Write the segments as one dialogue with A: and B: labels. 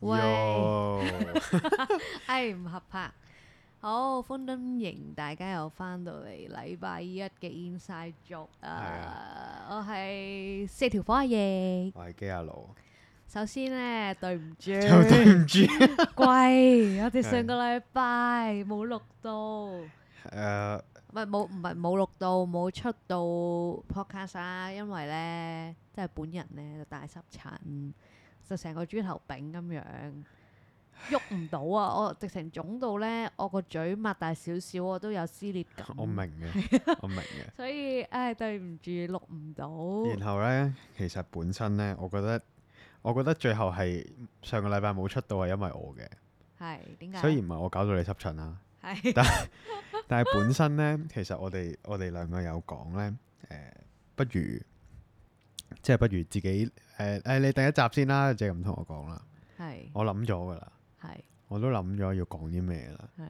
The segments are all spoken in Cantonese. A: 喂
B: Yo
A: 唉，哎唔合拍。好，歡迎大家又翻到嚟禮拜一嘅 Inside Joke 啊！我係四條火阿翼。
B: 我係基阿佬，
A: 首先呢，對唔 住，
B: 又對唔住，
A: 貴，我哋
B: 係
A: 上個禮拜冇錄到，唔
B: 誒
A: 係冇唔係冇錄到，冇出到 podcast à? 啊，因為呢，即係本人呢，就大濕疹，就成個豬頭炳咁樣，喐唔到啊！我直情腫到呢，我個嘴擘大少少，我都有撕裂感。
B: 我明。
A: 啊
B: 嘅，我明嘅。
A: 所以唉，對唔住，錄唔到。
B: 然後咧，其實本身咧，我覺得我覺得最後係上個禮拜冇出到係因為我嘅，
A: 係點解？
B: 雖然唔係我搞到你濕疹啦，
A: 係
B: 但係本身咧， 其實我哋我哋兩個有講咧，誒、不如即係不如自己誒誒、你第一集先啦，即係咁同我講啦。
A: 係
B: 我諗咗噶啦，
A: 係
B: 我都諗咗要講啲咩啦。
A: 係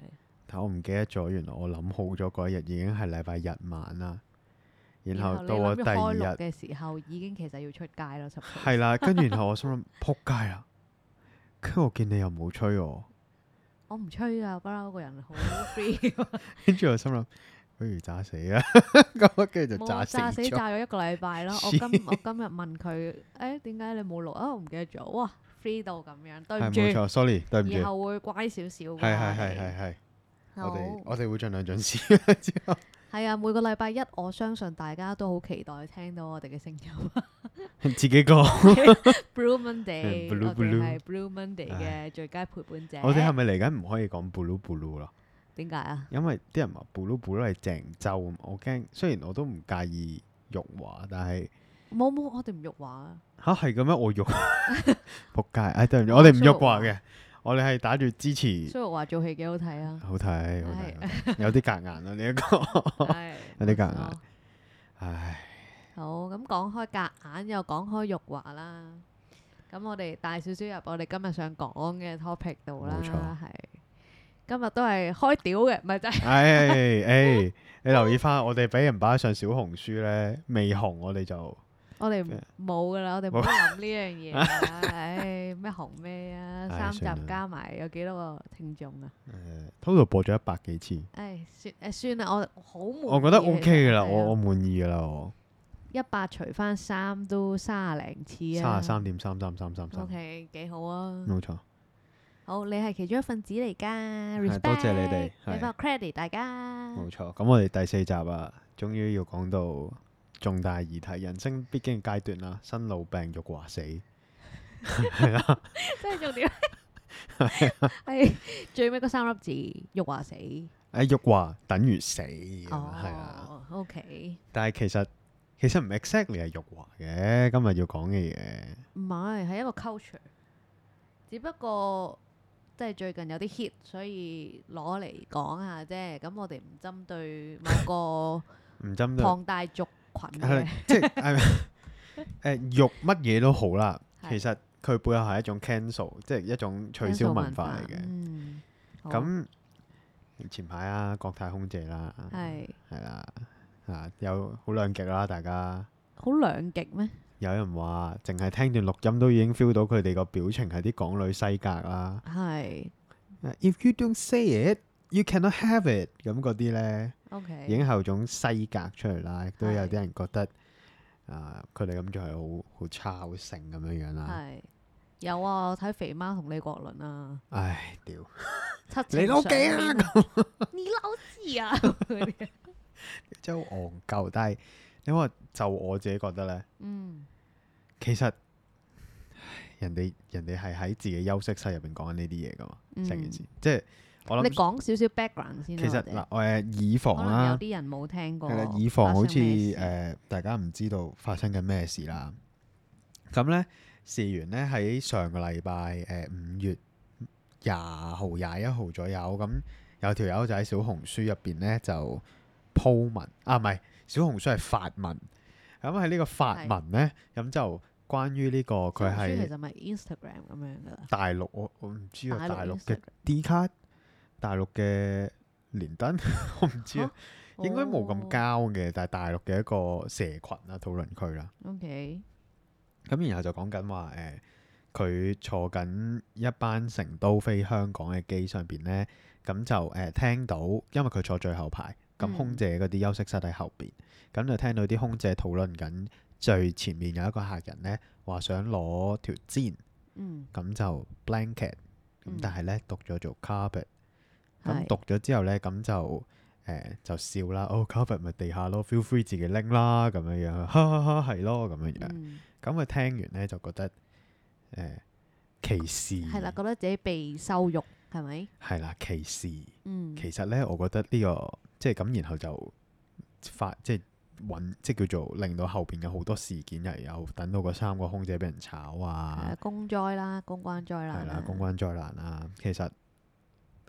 B: 但我唔記得咗，原來我諗好咗嗰一日已經係禮拜日晚啦。然後
A: 你
B: 到我
A: 諗住
B: 第
A: 開
B: 二
A: 錄
B: 日
A: 嘅時候，已經其實要出街咯，十
B: 係 啦，跟住然後我心諗撲街啦，跟住我見你又冇催我，
A: 我唔吹啊，不嬲個人好 free，
B: 跟住我心諗不如炸死啦， 咁跟住就
A: 冇
B: 炸
A: 啊
B: 死
A: 炸死
B: 咗。
A: 炸咗一個禮拜咯。我今我今日問佢，誒點解你冇錄啊？我唔記得咗，哇 free 到咁樣，對
B: 係
A: 唔
B: 冇
A: 住，
B: 錯，sorry，對唔住，
A: 以
B: 係
A: 後會乖少少㗎。
B: 係係係係，
A: 我
B: 我哋
A: 哋好
B: 我哋會盡量準時。啊之後
A: 係啊，每個禮拜一，我相信大家都好期待聽到我哋嘅聲音。
B: 自己講，
A: Blue
B: 嗯
A: Monday，
B: Blue
A: 我哋
B: Blue
A: 係 Blue Monday 嘅最佳陪伴者。
B: 我哋係咪嚟緊唔可以講 blue blue 咯？
A: 點解啊？
B: 因為啲人話 blue blue 係鄭州，啊我驚。雖然我都唔介意辱華，但係。
A: 冇冇，我哋唔辱華啊！
B: 吓係咁樣，我 喐仆街！唉，對唔住，我哋唔
A: 蘇
B: 喐
A: 豪
B: 話
A: 華
B: 嘅，我哋係打住支持，
A: 雖然話做戲幾好 睇啊，
B: 好睇好睇，好睇有啲夾硬啊 呢一個，
A: 係
B: 有啲夾
A: 冇錯
B: 硬。唉，
A: 好，咁講開隔硬又講開辱華啦，咁我哋帶少少入我哋今日想講嘅 topic 度啦，
B: 冇錯
A: 係今日都係開屌嘅，唔係 真係
B: 唉，唉，你留意翻，我哋俾人擺上小紅書咧，未紅我哋就
A: 我哋冇噶啦，我哋
B: 冇
A: 冇諗呢樣嘢 啦，唉咩紅咩啊，
B: 唉
A: 三
B: 算
A: 集
B: 啦
A: 加埋有幾多個聽眾啊？
B: 诶 total 播咗一百幾次，
A: 唉算誒算啦，我好滿意啊，啊
B: 我覺得 OK 噶啦，
A: 其實
B: 我我滿意噶啦，我
A: 一百除翻三都三廿零次
B: 三
A: 啊，
B: 十三點三三三三三，
A: OK 幾好啊。
B: 冇錯，
A: 好，你係其中一份子嚟㗎
B: 係
A: respect，
B: 多謝你哋係
A: 俾翻 credit 大家。
B: 冇錯。咁我哋第四集啊，終於要講到重大議題，人生必經嘅階段啦，生老病辱華死。
A: 即係 重點係最尾嗰三粒字，玉華死。
B: 誒哎辱華等於死，咁啊係啊！
A: 哦，OK，
B: 但係其實其實唔 exactly 係辱華嘅，今日要講嘅嘢
A: 唔係係一個 culture，只不過即係最近有啲 hit，所以攞嚟講下啫。咁我哋唔針 對某
B: 唔針
A: 個
B: 對
A: 龐大族
B: 係
A: 群嘅
B: 啦，即係誒 誒辱乜嘢都好啦。
A: 係
B: 其實佢背後係一種 cancel，即係一種取消文化嚟嘅。
A: 嗯，好
B: 咁前排啊，國泰空姐啦，
A: 係
B: 係啦，啊有好兩極啦，大家。
A: 好兩極咩？
B: 有人話，淨係聽段錄音都已經 feel 到佢哋個表情係啲港女西格啦。
A: 係
B: Uh, If you don't say it, you cannot have it。咁嗰啲呢，已
A: OK，
B: 經係有種西格出嚟啦，亦都有
A: 係
B: 啲人覺得啊，佢哋咁做係好好抄性咁樣樣啦。
A: 係有啊，我睇肥媽同李國麟啊。
B: 唉，屌
A: 七
B: 你老幾啊
A: 情上面！你老 幾啊！嗰啲
B: 真係好戇鳩。但係你話就我自己覺得呢，
A: 嗯，
B: 其實唉人哋人哋係喺自己休息室入邊講緊呢啲嘢噶嘛，成件事即係我
A: 嗯你
B: 諗。
A: 講少少 background 先啦。
B: 其實
A: 我哋
B: 嗱，誒以防
A: 可能有
B: 啦，
A: 啲人冇聽過。
B: 係啦，以防好似誒、
A: 發生咩事
B: 大家唔知道發生緊咩事啦。咁咧，事源咧喺上個禮拜誒五月廿號、廿一號左右，咁有條友就喺小紅書入邊咧就鋪文啊，唔係小紅書係發文。咁喺呢個發
A: 係
B: 文咧，咁就關於呢、個佢
A: 小紅
B: 係
A: 書其實咪 Instagram 咁樣噶啦。
B: 大陸，我我唔知啊，大陸嘅
A: Instagram
B: D 卡，大陸嘅連登， 我唔知啊。應該冇咁
A: 加。
B: 交嘅，但係大陸嘅一啊個社群啦、討論區啦。
A: O K，
B: 咁然後就講緊話誒，佢、佢坐緊一班成都飛香港嘅機上邊呢，咁就誒、呃、聽到，因為佢坐最後排，咁
A: 嗯
B: 空姐嗰啲休息室喺後邊，咁就聽到啲空姐討論緊最前面有一個客人呢，話想攞條氈，
A: 嗯，
B: 咁就 blanket，咁
A: 嗯
B: 但係呢，讀咗做 carpet，咁
A: 係
B: 讀咗之後呢，咁就誒、呃就笑啦，哦 carpet 咪地下咯，feel free 自己拎啦，咁樣樣， 哈哈哈係咯，咁樣樣。
A: 嗯
B: 咁佢聽完咧就覺得誒、呃歧視，
A: 係啦，覺得自己被羞辱係咪？
B: 係啦，歧視。
A: 嗯，
B: 其實咧，我覺得呢、個即係咁，然後就發即係揾即係叫做令到後邊嘅好多事件又有等到嗰三個空姐俾人炒
A: 係啊
B: 啊，
A: 公災啦，公關災啦，
B: 係啦，公關災難啊。其實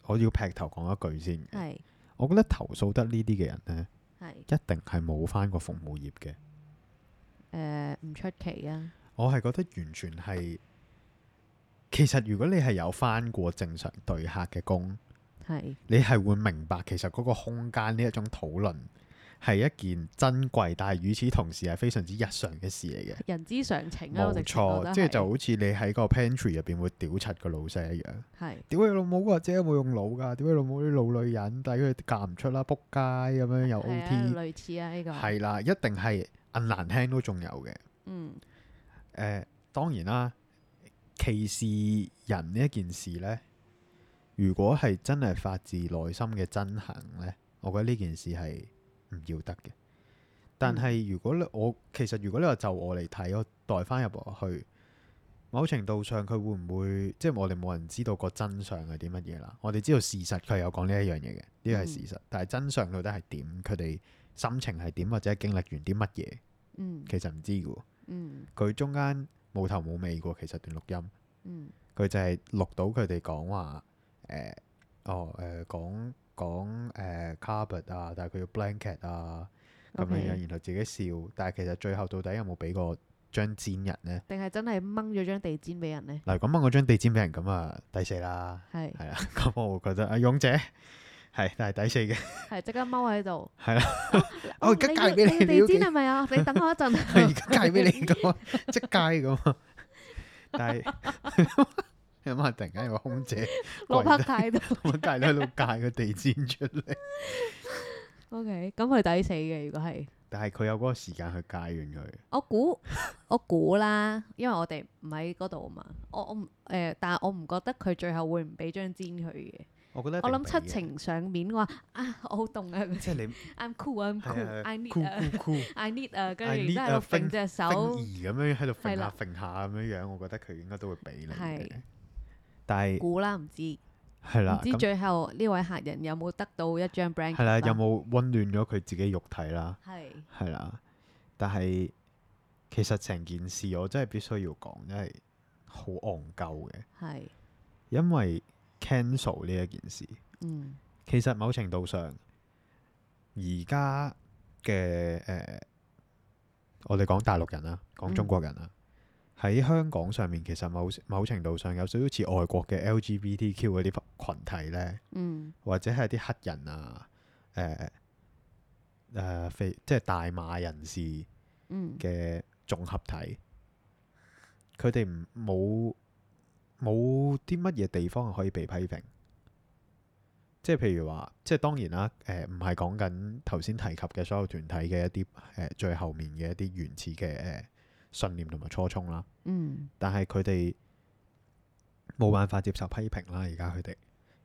B: 我要劈頭講一句先，
A: 係
B: 我覺得投訴得呢啲嘅人咧，
A: 係
B: 一定係冇翻過服務業嘅。
A: 誒唔出奇啊，
B: 我係覺得完全係，其實如果你係有翻過正常對客嘅工，
A: 係
B: 你係會明白其實嗰個空間呢一種討論係一件珍貴，但係與此同時係非常之日常嘅事嚟嘅。
A: 人之常情啊，我
B: 冇
A: 直情覺
B: 錯，
A: 得
B: 即係
A: 係
B: 就好似你喺個 pantry 入邊會屌柒個老細一樣，
A: 係
B: 屌你老母或者有冇用腦㗎？屌你老母啲老女人，但係佢嫁唔出啦，仆街咁樣又
A: 係啊
B: OT，
A: 類似啊呢個
B: 係啦，一定係硬難聽都仲有嘅。
A: 嗯
B: 誒、呃當然啦，歧視人呢一件事呢，如果係真係發自內心嘅憎恨呢，我覺得呢件事係唔要得嘅。但係如果你我其實如果你話就我嚟睇，我代翻入去，某程度上佢會唔會即係我哋冇人知道個真相係啲乜嘢啦？我哋知道事實佢係有講呢一樣嘢嘅，呢個係事實。但係真相到底係點？佢哋心情係點，或者經歷完啲乜嘢，
A: 嗯
B: 其實唔知嘅喎。
A: 嗯
B: 佢中間冇頭冇尾過，其實段錄音
A: 嗯
B: 佢就係錄到佢哋講話誒，哦誒、呃、講講誒、呃 carpet 啊，但係佢要 blanket 啊咁樣
A: OK
B: 樣，然後自己笑，但係其實最後到底有冇俾過張氈人呢？
A: 定係真係掹咗張地氈俾人呢？
B: 嗱，咁掹嗰張地氈俾人咁啊，抵死啦，
A: 係
B: 係啦， 咁我會覺得啊，勇者係，但係抵死 嘅，
A: 係即刻踎喺度。
B: 係 啦
A: 啦，
B: 我而家
A: 你
B: 介
A: 要
B: 俾你
A: 你
B: 你
A: 要
B: 屋
A: 地
B: 企
A: 氈係咪啊？你等我一 陣。
B: 佢而家戒俾 你咁啊，即戒咁啊，但係 咁啊，突然間有個空姐。
A: 攞拍態度。
B: 我大佬喺度界個地氈出嚟，
A: O K，咁佢抵死嘅，如果係。
B: 但係佢有嗰個時間去界完佢，
A: 我估我估啦，因為我哋唔喺嗰度嘛。我我唔誒、但係我唔覺得佢最後會唔俾張氈佢嘅。
B: 我覺得
A: 我諗七，情上面話啊，我好凍啊
B: 即係 你
A: ，I'm cool，I'm
B: 係啊
A: cool，I
B: 酷
A: need 啊
B: 酷酷
A: I need 啊，跟
B: I
A: 住
B: need
A: 而家喺度
B: 啊
A: 揈隻手
B: 丁，兒咁樣喺度揈
A: 係
B: 下
A: 啦
B: 揈下咁樣樣，我覺得佢應該都會俾你嘅
A: 係。
B: 但係
A: 估啦，唔知唔
B: 係啦，
A: 知
B: 咁
A: 最啊後呢位客人有冇得到一張 blank？
B: 係啦，有冇温暖咗佢自己肉體啦？
A: 係
B: 係啦，但係其實成件事我真係必須要講，真係好戇鳩嘅，
A: 係
B: 因為 cancel 呢一件事。
A: 嗯
B: 其實某程度上，而家嘅誒，我哋講大陸人啦，講中國人啦，喺、香港上面，其實某某程度上有少少似外國嘅 LGBTQ 嗰啲群體呢，
A: 嗯
B: 或者係啲黑人啊，誒、誒、非即係大馬人士
A: 嗯
B: 嘅綜合體，佢哋唔冇冇啲乜嘢地方係可以被批評，即係譬如話，即係當然啦，誒唔係講緊頭先提及嘅所有團體嘅一啲誒、呃最後面嘅一啲原始嘅誒、呃信念同埋初衷啦，
A: 嗯
B: 但係佢哋冇辦法接受批評啦，而家佢哋。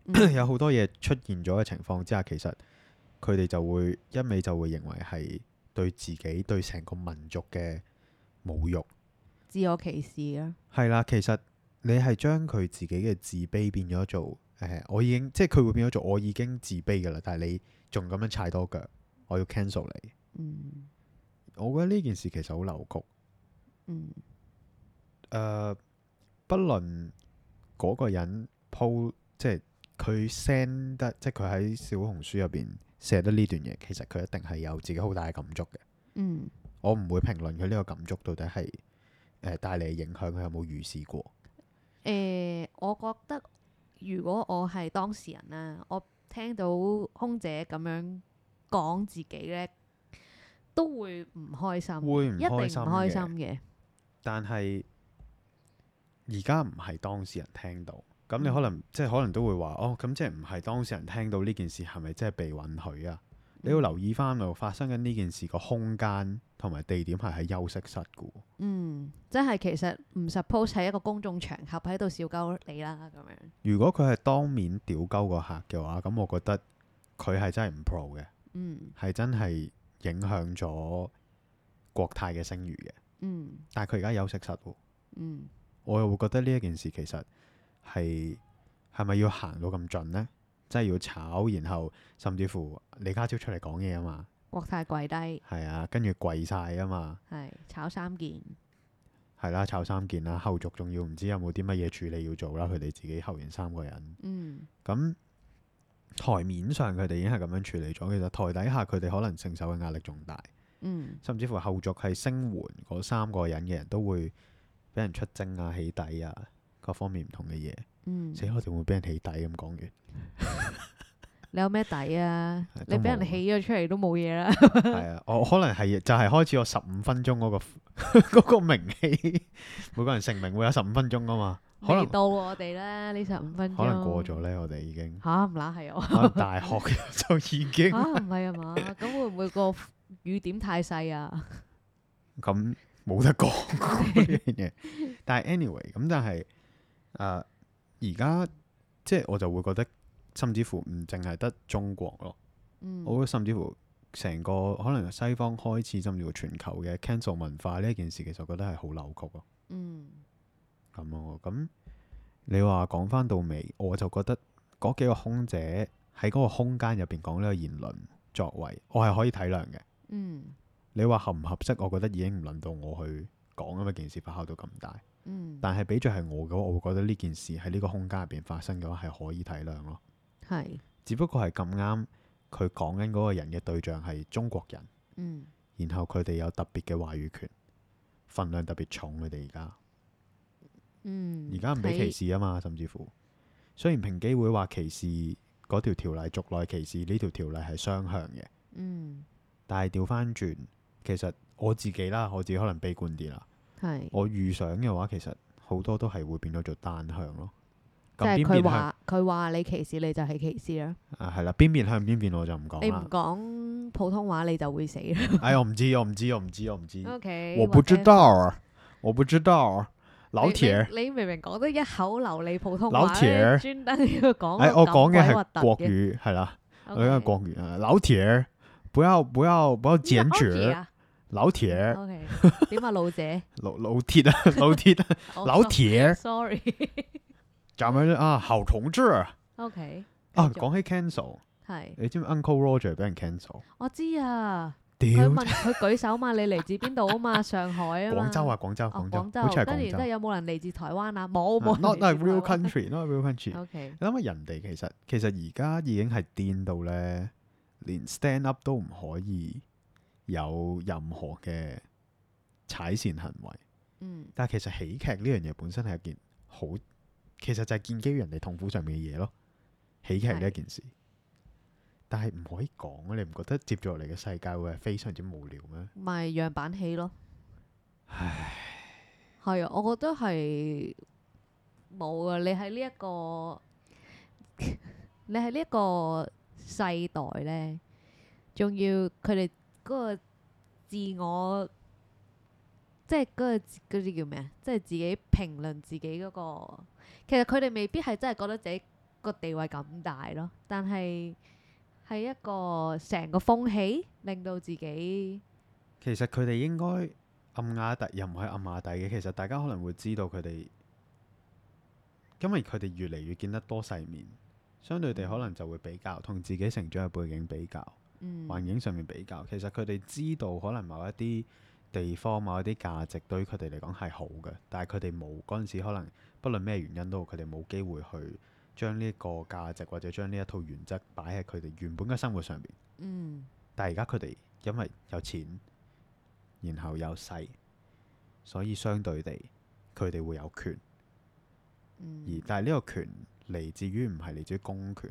A: 嗯
B: 有好多嘢出現咗嘅情況之下，其實佢哋就會一味就會認為係對自己對成個民族嘅侮辱。
A: 自我歧視啊啦，
B: 係啦，其實你係將佢自己嘅自卑變咗做誒、我已經即係佢會變咗做我已經自卑㗎啦，但係你仲咁樣踩多腳，我要 cancel 你。
A: 嗯
B: 我覺得呢件事其實好扭曲。
A: 嗯
B: 誒、呃不論嗰個人 po 即係佢 send 得，即係佢喺小紅書入邊寫得呢段嘢，其實佢一定係有自己好大嘅感觸嘅。
A: 嗯
B: 我唔會評論佢呢個感觸到底係誒、呃、帶嚟嘅影響，佢有冇預示過？
A: 誒、我覺得如果我係當事人啦，我聽到空姐咁樣講自己咧，都會唔開心，
B: 會唔
A: 嗯一定唔
B: 開心
A: 開心
B: 嘅？
A: 嘅。
B: 但係而家唔係當事人聽到，咁
A: 嗯
B: 你可能、即係可能都會話哦，咁即係唔係當事人聽到呢件事係咪真係被允許啊？你要留意翻喎，發生緊呢件事個空間同埋地點係喺休息室嘅喎。
A: 嗯，即係其實唔 suppose 係一個公眾場合喺度笑鳩你啦，咁樣。
B: 如果佢係當面屌鳩個客嘅話，咁我覺得佢係真係唔 pro 嘅，
A: 嗯
B: 係真係影響咗國泰嘅聲譽嘅。
A: 嗯
B: 但係佢而家休息室喎，
A: 嗯
B: 我又會覺得呢一件事其實係係咪要行到咁盡呢？即係要炒，然後甚至乎李家超出嚟講嘢啊嘛，
A: 國泰跪低，
B: 係啊，跟住跪晒啊嘛，
A: 係炒三件。
B: 係啦，炒三件啦，後續仲要唔知有冇啲乜嘢處理要做啦，佢哋自己後面三個人。
A: 嗯
B: 咁台面上佢哋已經係咁樣處理咗，其實台底下佢哋可能承受嘅壓力仲大，
A: 嗯
B: 甚至乎後續係聲援嗰三個人嘅人都會俾人出征啊、起底啊各方面唔同嘅嘢。
A: 嗯，
B: 死啦我哋會唔會俾人起底咁講完？
A: 你有咩底啊
B: 係？都
A: 你俾人
B: 冇
A: 起咗出嚟都冇嘢啦。
B: 係啊，我可能係就係開始我十五分鐘嗰、個 嗰個名氣，每個人成名會有十五分鐘噶嘛，可能
A: 未到我哋咧呢十五分鐘，
B: 可能過咗咧，我哋已經
A: 吓唔乸係我
B: 可能大學就已經
A: 吓唔係啊嘛？咁會唔會個語點太細啊？
B: 咁冇得講嗰樣嘢。但係 anyway，咁但係誒呃而家即係我就會覺得，甚至乎唔淨係得中國咯，
A: 嗯
B: 我覺得甚至乎成個可能西方開始，甚至乎全球嘅 cancel 文化呢一件事，其實我覺得係好扭曲咯。
A: 嗯
B: 咁咯，咁你話講翻到尾，我就覺得嗰幾個空姐喺嗰個空間入邊講呢個言論作為，我係可以體諒嘅。
A: 嗯
B: 你話合唔合適，我覺得已經唔輪到我去講咁一件事發酵到咁大。
A: 嗯，
B: 但係俾着係我嘅話，我會覺得呢件事喺呢個空間入邊發生嘅話係可以體諒咯。
A: 係
B: 只不過係咁啱佢講緊嗰個人嘅對象係中國人，
A: 嗯
B: 然後佢哋有特別嘅話語權，份量特別重。佢哋而家
A: 嗯，
B: 而家唔俾歧視啊嘛，甚至乎雖然平機會話歧視嗰條條例族內歧視呢條條例係雙向嘅，
A: 睇嗯
B: 但係調翻轉，其實我自己啦，我自己可能悲觀啲啦。
A: 係，
B: 我預想嘅話，其實好多都係會變咗做單向咯。
A: 即
B: 咁
A: 係
B: 邊
A: 佢
B: 邊向
A: 話佢話你歧視你就係歧視啦，
B: 啊係啦，邊邊向邊邊我就唔講
A: 你唔
B: 啦。
A: 講普通話你就會死啦。
B: 哎，我唔知，我唔知，我唔知，我唔知，
A: O K，
B: 我不知道啊，我不知道啊，老
A: 你
B: 鐵。
A: 你你明明講得一口流利普通
B: 老
A: 話，
B: 鐵
A: 你專 登要講
B: 哎，
A: 到
B: 我
A: 咁
B: 講嘅
A: 鬼
B: 係
A: 核突
B: 國
A: 嘅
B: 語，係啦，我
A: OK 哎
B: 講嘅 國語啊，老鐵，不要不要不要
A: 呢個
B: 檢
A: Auntie
B: 舉，
A: 啊
B: 老鐵，
A: à? ，OK，點啊，老姐，
B: 老老鐵 啊，老鐵啊，
A: 我
B: 老
A: so-
B: 鐵，
A: ，sorry，OK，
B: 咱們啊，好同志啊，
A: 繼續
B: 講起 cancel，
A: 係，
B: 你知唔知 Uncle Roger 俾人 cancel？
A: 我知啊，佢
B: 屌
A: 問，佢舉手嘛，你嚟自邊度啊嘛，上海啊嘛，
B: 廣州啊，廣州，
A: 哦，
B: 廣州，
A: 廣州，
B: 好似係
A: 跟住
B: 廣
A: 即
B: 州
A: 係。有冇人嚟自台灣啊？冇冇
B: not
A: 人
B: not
A: 嚟自
B: real
A: 台灣
B: country，not real country。
A: OK，
B: 你諗下人哋其實其實而家已經係癲到咧，連 stand up 都唔可以有任何嘅踩線行為。
A: 嗯
B: 但係其實喜劇呢樣嘢本身係一件好，其實就係建基於人哋痛苦上面嘅嘢咯。喜劇呢一件事，但係唔可以講啊！你唔覺得接住落嚟嘅世界會係非常之無聊咩？
A: 咪樣板戲咯，
B: 唉，
A: 係啊，我覺得係冇啊，你喺呢一個， 你喺呢一個世代咧，仲要佢哋嗰個自我，即係嗰個自嗰啲叫咩啊？即係自己評論自己嗰個，其實佢哋未必係真係覺得自己個地位咁大咯，但係係一個成個風氣令到自己，
B: 其實佢哋應該暗啞底，又唔係暗啞底嘅。其實大家可能會知道佢哋，因為佢哋越嚟越見得多世面，相對地可能就會比較，同自己成長嘅背景比較。
A: 嗯，
B: 環境上面比較，其實佢哋知道可能某一啲地方、某一啲價值對於佢哋嚟講係好嘅，但係佢哋冇嗰陣時，可能不論咩原因都好，佢哋冇機會去將呢個價值或者將呢一套原則擺喺佢哋原本嘅生活上面。
A: 嗯
B: 但係而家佢哋因為有錢，然後有勢，所以相對地佢哋會有權，而
A: 嗯，
B: 但係呢個權嚟自於唔係嚟自於公權。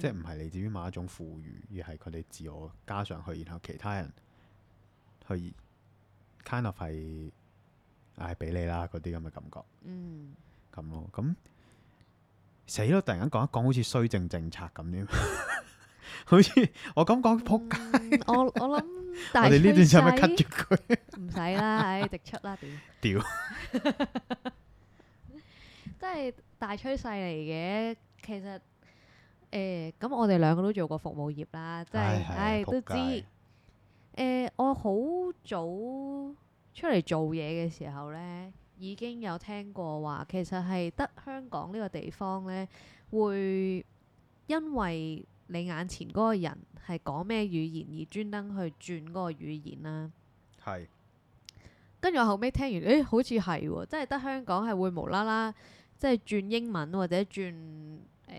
B: 即係
A: 嗯
B: 唔係嚟自於某一種富裕，而係佢哋自我加上去，然後其他人去 kind of 係唉俾你啦嗰啲咁嘅感覺
A: 嗯，
B: 咁咯，咁死咯！突然間講一講好似衰政政策咁添， 好似我咁講仆街，
A: 嗯我我 諗
B: 我
A: 大
B: 哋呢段使咪
A: 趨
B: cut
A: 勢
B: 住佢？
A: 唔使啦，唉，直出啦，屌！
B: 屌，
A: 即係大趨勢嚟嘅。其實誒，咁、我哋兩個都做過服務業啦，即係
B: 唉係啊
A: 唉
B: 仆
A: 都知誒
B: 街、
A: 呃我好早出嚟做嘢嘅時候呢，已經有聽過話，其實係得香港呢個地方呢，會因為你眼前嗰個人係講咩語言而專登去轉嗰個語言啦、
B: 係
A: 跟住我後尾聽完，誒、好似係喎，真係得香港係會無啦啦，即係轉英文或者轉誒、呃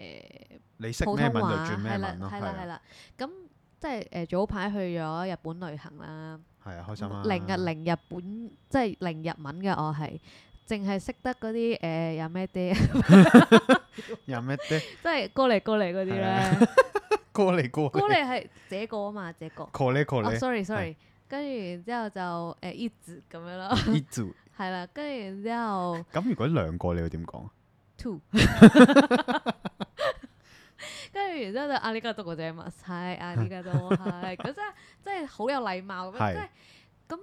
B: 你識
A: 普
B: 咩
A: 通
B: 文就
A: 話，
B: 轉咩
A: 係啦
B: 文咯，
A: 係
B: 係
A: 啦係
B: 啊
A: 啦。咁即係誒、呃早排去咗日本旅行啦，
B: 係啊，開心啊！
A: 嗯零日零日本即係零日文嘅我係，淨係識得嗰啲誒有咩爹，
B: 有咩的
A: 即係過嚟過嚟嗰啲
B: 係啊
A: 咧，
B: 過嚟過
A: 過
B: 嚟
A: 嚟係這個啊嘛，這個。
B: 過嚟過
A: 哦
B: 嚟，
A: ，sorry sorry，跟住然之後就誒一直咁樣咯，
B: 一組
A: 係啦，跟住然之後。
B: 咁如果兩個你會點講？
A: two 跟住然之後就阿呢個讀嗰只乜係阿呢個都係，咁即係即係好有禮貌咁樣，
B: 係
A: 即係咁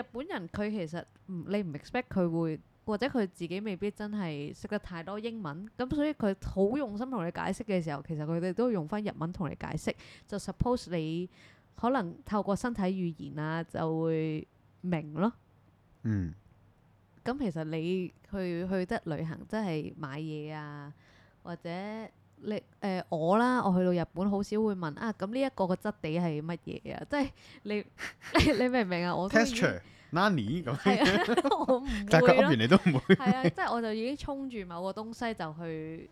A: 日本人佢其實唔你唔 expect 佢會，或者佢自己未必真係識得太多英文，咁所以佢好用心同你解釋嘅時候，其實佢哋都用翻日文同你解釋，就 suppose 你可能透過身體語言啊就會明咯。
B: 嗯，
A: 咁其實你去去得旅行，即係買嘢啊，或者你誒、呃我啦，我去到日本好少會問啊，咁呢一個個質地係乜嘢啊？即係你 你你明唔明啊？我都已經
B: texture nani 咁
A: 係
B: 樣，
A: 啊， 我唔
B: 但係佢
A: 會
B: 噏
A: 咯
B: 完，你都唔會。
A: 係啊，即係我就已經衝住某個東西就去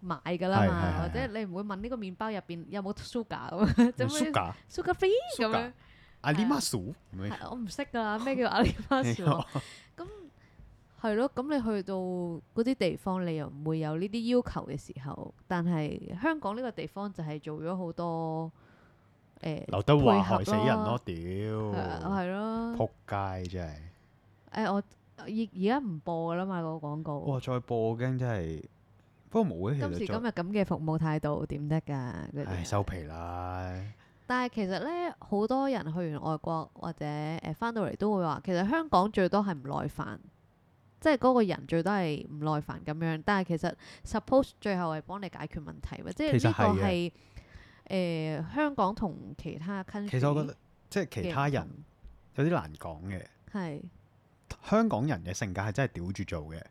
A: 買㗎啦
B: 係係係
A: 嘛，或者
B: 係
A: 你唔會問呢個麵包入邊有冇 sugar 咁樣，做 咩
B: Suga
A: sugar free 咁樣
B: Suga？阿里馬蘇咁樣
A: 係我唔識㗎啦，咩叫阿里巴巴？係咯，咁你去到嗰啲地方，你又唔會有呢啲要求嘅時候。但係香港呢個地方就係做咗好多誒，
B: 劉德華
A: 配合
B: 害死人咯，
A: 咯
B: 屌！哦
A: 係啊係咯。
B: 仆街真係，
A: 誒，我而而家唔播㗎啦嘛，個廣告。
B: 哇！再播驚真係，不過冇嘅
A: 今
B: 其
A: 時
B: 實
A: 今
B: 再，
A: 日咁嘅服務態度點得㗎？嗰啲
B: 唉收皮啦，
A: 但係其實咧，好多人去完外國或者誒翻到嚟都會話，其實香港最多係唔耐煩，即係嗰個人最多係唔耐煩咁樣。但係其實 suppose 最後係幫你解決問題，或者
B: 其實
A: 呢個
B: 係嘅
A: 係誒、香港同其他 country
B: 其實我覺得即係其他
A: 嘅
B: 人
A: 唔
B: 有啲難講嘅，
A: 同係
B: 香港人嘅性格係真係屌住做嘅，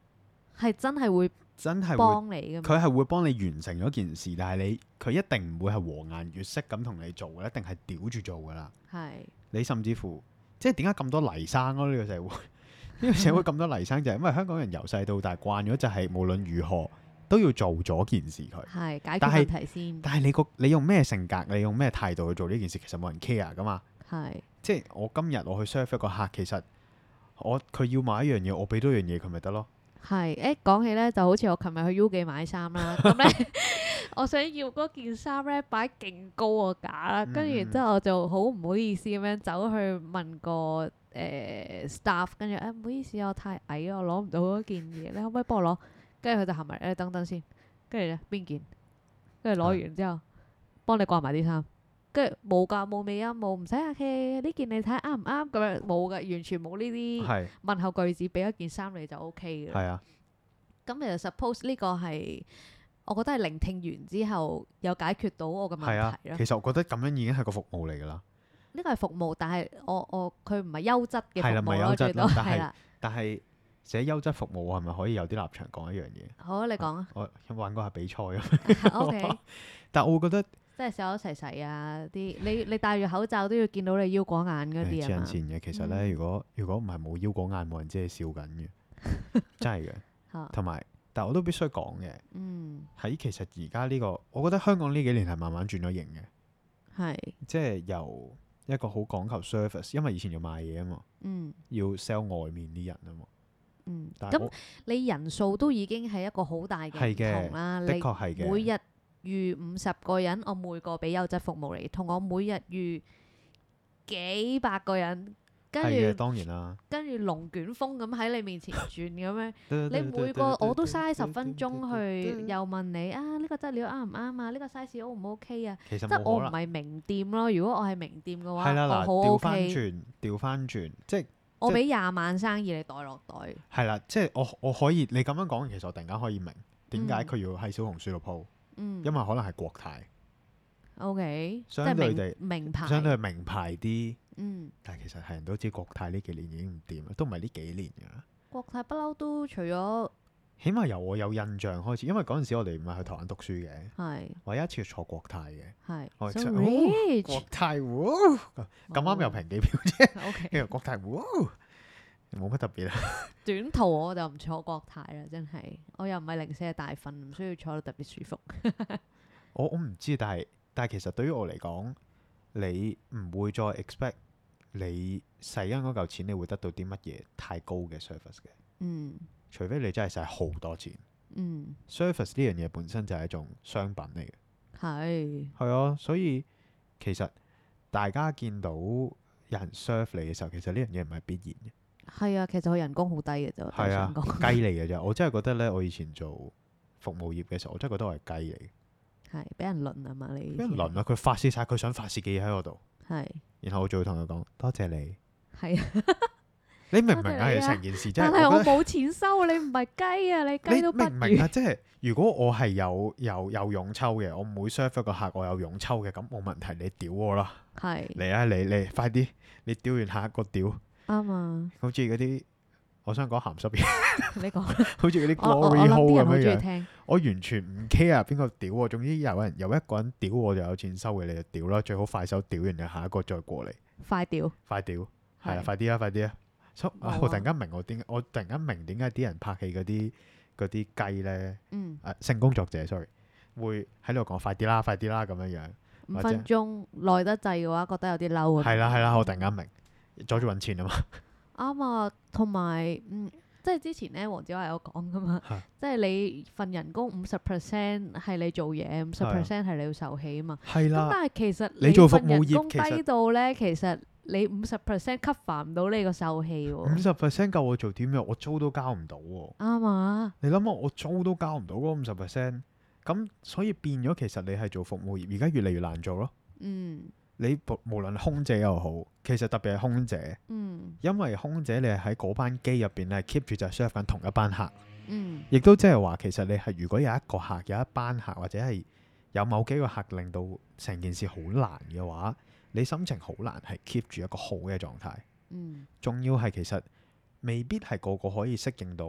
A: 係真係會
B: 真係會。
A: 幫你㗎嘛。
B: 佢係會幫你完成咗件事，但係你佢一定唔會係和顏悅色咁同你做嘅，一定係屌住做㗎啦。
A: 係
B: 你甚至乎即係點解咁多泥生咯？呢、個社會， 呢個社會咁多泥生就係因為香港人由細到大慣咗，就係無論如何都要做咗件事佢。
A: 係解決
B: 但係
A: 問題先
B: 但係你個你用咩性格，你用咩態度去做呢件事，其實冇人 care 噶嘛。
A: 係
B: 即係我今日我去 serve 一個客，其實我佢要買一樣嘢，我俾多樣嘢佢咪得咯。
A: 係誒講起咧，就好似我琴日去 U 記買衫啦，咁咧 我想要嗰件衫咧擺勁高個架啦，跟住
B: 嗯
A: 然之後我就好唔好意思咁樣走去問個誒、呃 staff，跟住誒唔好意思，我太矮啊，我攞唔到嗰件嘢，你可唔可以幫我攞？跟住佢就行埋誒等等先，跟住咧邊件？跟
B: 啊
A: 住攞完之後，幫你掛埋啲衫。跟住冇㗎，冇尾音，冇唔使客氣。呢件你睇啱唔啱咁樣冇㗎，完全冇呢啲
B: 係
A: 問候句子，俾一件衫你就 O K 嘅啦。
B: 係啊，
A: 咁其實 suppose 呢個係，我覺得係聆聽完之後有解決到我嘅問
B: 係啊
A: 題。咯。
B: 其實我覺得咁樣已經係個服務嚟㗎啦。
A: 呢個係服務，但係我我佢唔係優質嘅
B: 係啦
A: 服
B: 唔係
A: 務
B: 優
A: 咯，
B: 質
A: 最多
B: 咯但係
A: 係啦。
B: 但係寫優質服務，我係咪可以有啲立場講一樣嘢？
A: 好啊，你講 啊
B: 我玩過下比賽咯，
A: ，OK，
B: 但我會覺得
A: 即係手一齊洗啊啲，你你戴住口罩都要見到你腰果眼
B: 誒
A: 嗰啲
B: 黐
A: 啊
B: 人
A: 嘛，
B: 線嘅，其實咧，如果如果唔係冇腰果眼，冇人知你笑緊 嘅，真係嘅。
A: 嚇，
B: 同埋，但我都必須講嘅，
A: 嗯，
B: 喺其實而家呢個，我覺得香港呢幾年係慢慢轉咗型嘅，
A: 係，
B: 即係由一個好講求 service，因為以前要賣嘢啊嘛，
A: 嗯
B: 要 sell 外面啲人啊嘛。
A: 嗯，
B: 但係
A: 咁
B: 我
A: 你人數都已經係一個好大嘅
B: 係
A: 唔
B: 嘅
A: 同啦，
B: 的
A: 你
B: 確係
A: 每
B: 嘅，
A: 日預五十個人，我每個俾優質服務你，同我每日預幾百個人跟
B: 係嘅，
A: 住
B: 當然啦。
A: 跟住龍捲風咁喺你面前轉咁 樣。你
B: 你
A: 每個我都嘥十分鐘去，又問你啊呢個質料啱唔啱啊？呢個 size O 唔 OK 啊？
B: 其實
A: 即係我唔
B: 冇可能。
A: 係名店咯。如果我係名店嘅話，
B: 係啦，
A: 我
B: 嗱，
A: 好
B: 調翻
A: OK。
B: 轉，調翻轉，即係
A: 我
B: 即係
A: 俾廿萬生意你袋落袋，
B: 係啦，即係我我可以你咁樣講，其實我突然間可以明點解
A: 嗯
B: 佢要喺小紅書度 po，
A: 嗯
B: 因為可能係國泰，
A: ，OK，即係
B: 相對
A: 名
B: 地
A: 名牌，
B: 相對係名牌啲，
A: 嗯，
B: 但係其實係人都知國泰呢幾年已經唔掂啦，都唔係呢幾年㗎啦。
A: 國泰不嬲都除咗
B: 起碼由我有印象開始，因為嗰陣時我哋唔係去台灣讀書嘅，
A: 係
B: 我有一次坐國泰嘅，
A: 係
B: 我
A: so
B: 真係哦國
A: rich，哦
B: 泰喎咁啱又平機票啫，
A: ，OK，
B: 跟住國泰喎冇乜特別啦，
A: 短途我就唔坐國泰啦，真係，我又唔係零舍大份，唔需要坐到特別舒服。
B: 我我唔知，但係但係其實對於我嚟講，你唔會再 expect 你使緊嗰嚿錢，你會得到啲乜嘢太高嘅 service 嘅，
A: 嗯
B: 除非你真係使好多錢。
A: 嗯，
B: service 呢樣嘢本身就係一種商品嚟嘅。
A: 係。
B: 係啊，所以其實大家見到有人 serve 你嘅時候，其實呢樣嘢唔係必
A: 係啊，其實佢人工好低嘅啫，
B: 然
A: 我都
B: 嘅，係啊
A: 想講，
B: 雞嚟嘅啫。我真係覺得呢，我以前做服務業嘅時候，我真係覺得我係雞嚟嘅，
A: 係俾人輪啊嘛，你
B: 俾人輪啊，佢發泄晒佢想發泄嘅嘢喺我度，
A: 係
B: 然後我就會同佢講多謝你。
A: 係啊，
B: 你明唔明
A: 多
B: 啊？其
A: 謝你
B: 實
A: 啊
B: 成件事真
A: 但係
B: 係
A: 我
B: 我覺
A: 冇錢收，你唔係雞啊，
B: 得
A: 你雞
B: 你
A: 都不
B: 明唔明
A: 如
B: 啊？即係如果我係有有有佣抽嘅，我唔會 serve 一個客，我有佣抽嘅，咁冇問題，你屌我啦，
A: 係
B: 嚟啊你你快啲，你屌完下一個屌，
A: 啱啊！
B: 好似嗰啲我想講鹹濕嘢。
A: 你講，
B: 好似嗰啲
A: 我我我諗
B: glory 啊 hole
A: 啲
B: 咁
A: 人好中
B: 樣
A: 意
B: 樣，
A: 聽，
B: 我完全唔 care 邊個屌我，總之有人有一個人屌我就有錢收嘅，你就屌啦，最好快手屌完，就下一個再過嚟，
A: 快調
B: 快屌，係啊，
A: 係
B: 快啲啊，快啲啊！所以
A: 冇啊
B: 我突然間明我點解，我突然間明點解啲人拍戲嗰啲嗰啲雞咧，
A: 嗯
B: 誒性呃工作者，sorry，會喺度講快啲啦，快啲啦咁樣樣，
A: 五
B: 或者
A: 分鐘耐得滯嘅話，覺得有啲嬲啊。
B: 係啦係啦，我突然間明，阻住揾錢啊嘛，
A: 啱啊，同埋嗯，即係之前咧，黃子華有講噶嘛
B: 係，
A: 即係你份人工五十 percent 係你做嘢，五十
B: 係啊
A: percent 係你要受氣啊嘛。
B: 係
A: 咁
B: 啦，
A: 但係其實
B: 你做服
A: 份人
B: 務業
A: 工
B: 其實
A: 低到咧，其實你五十 percent cover 唔到你個受氣
B: 五
A: 喎。
B: 十 percent 夠我做啲咩？我租都交唔到喎。
A: 啱啊，
B: 你諗下，我租都交唔到嗰五十 percent，咁所以變咗其實你係做服務業，而家越嚟越難做咯。
A: 嗯
B: 你無無論空姐又好，其實特別係空姐，
A: 嗯
B: 因為空姐你係喺嗰班機入邊咧 keep 住就 serve 緊同一班客，
A: 嗯，
B: 亦都即係話其實你係如果有一個客、有一班客或者係有某幾個客令到成件事好難嘅話，你心情好難係 keep 住一個好嘅狀態。
A: 嗯
B: 仲要係其實未必係個個可以適應到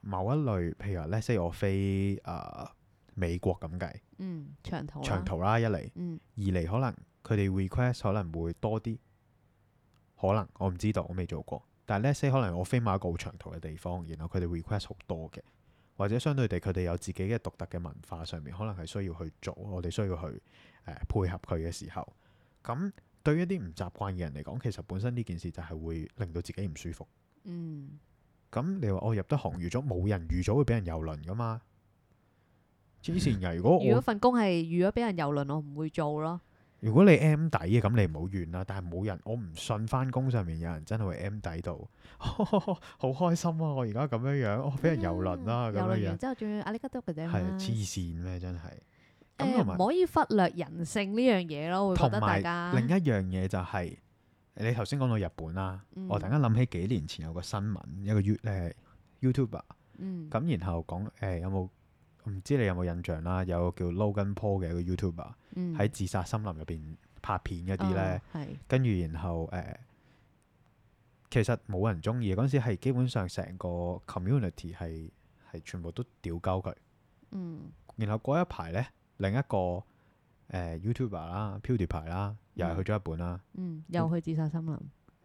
B: 某一類，譬如話 let's say 我飛誒、呃美國咁計
A: 嗯，長途啦
B: 長，途啦，一嚟
A: 嗯
B: 二嚟可能佢哋 request 可能會多啲，可能我唔知道，我未做過。但係 let's say 可能我飛某一個好長途嘅地方，然後佢哋 request 好多嘅，或者相對地佢哋有自己嘅獨特嘅文化上面，可能係需要去做，我哋需要去誒、呃配合佢嘅時候，咁對於一啲唔習慣嘅人嚟講，其實本身呢件事就係會令到自己唔舒服。
A: 嗯，
B: 咁你話哦我入得行預咗，冇人預咗會俾人遊輪噶嘛？黐線㗎！如果
A: 如果
B: 我
A: 份工係如果俾人遊輪，我唔會做咯。
B: 如果你 M 底嘅，咁你唔好怨啦。但係冇人，我唔信翻工上面有人真係會 M 底到， 好開心啊！我而家咁樣樣，我俾人遊輪啦咁
A: 嗯遊輪
B: 樣
A: 完
B: 樣，
A: 之後仲要阿力吉督嘅啫啊嘛
B: 係黐線咩？真係咁同
A: 誒
B: 埋
A: 呃唔可以忽略人性呢樣嘢咯，會覺得
B: 同
A: 大
B: 埋
A: 家
B: 另一樣嘢就係、你頭先講到日本啦，
A: 嗯
B: 我突然間諗起幾年前有個新聞，一個 You 誒、YouTuber
A: 嗯
B: 咁，然後講誒、有冇唔知你有冇印象啦？有個叫 Logan Paul 嘅一個 YouTuber
A: 嗯
B: 喺自殺森林入邊拍片嗰啲咧。
A: 啊係
B: 跟住然後誒、呃其實冇人中意嗰陣時，係基本上成個 community 係係全部都屌鳩佢。
A: 嗯
B: 然後嗰一排呢，另一個誒、呃 YouTuber 啦、PewDiePie 啦，又係去咗日本啦。
A: 嗯又去自殺森林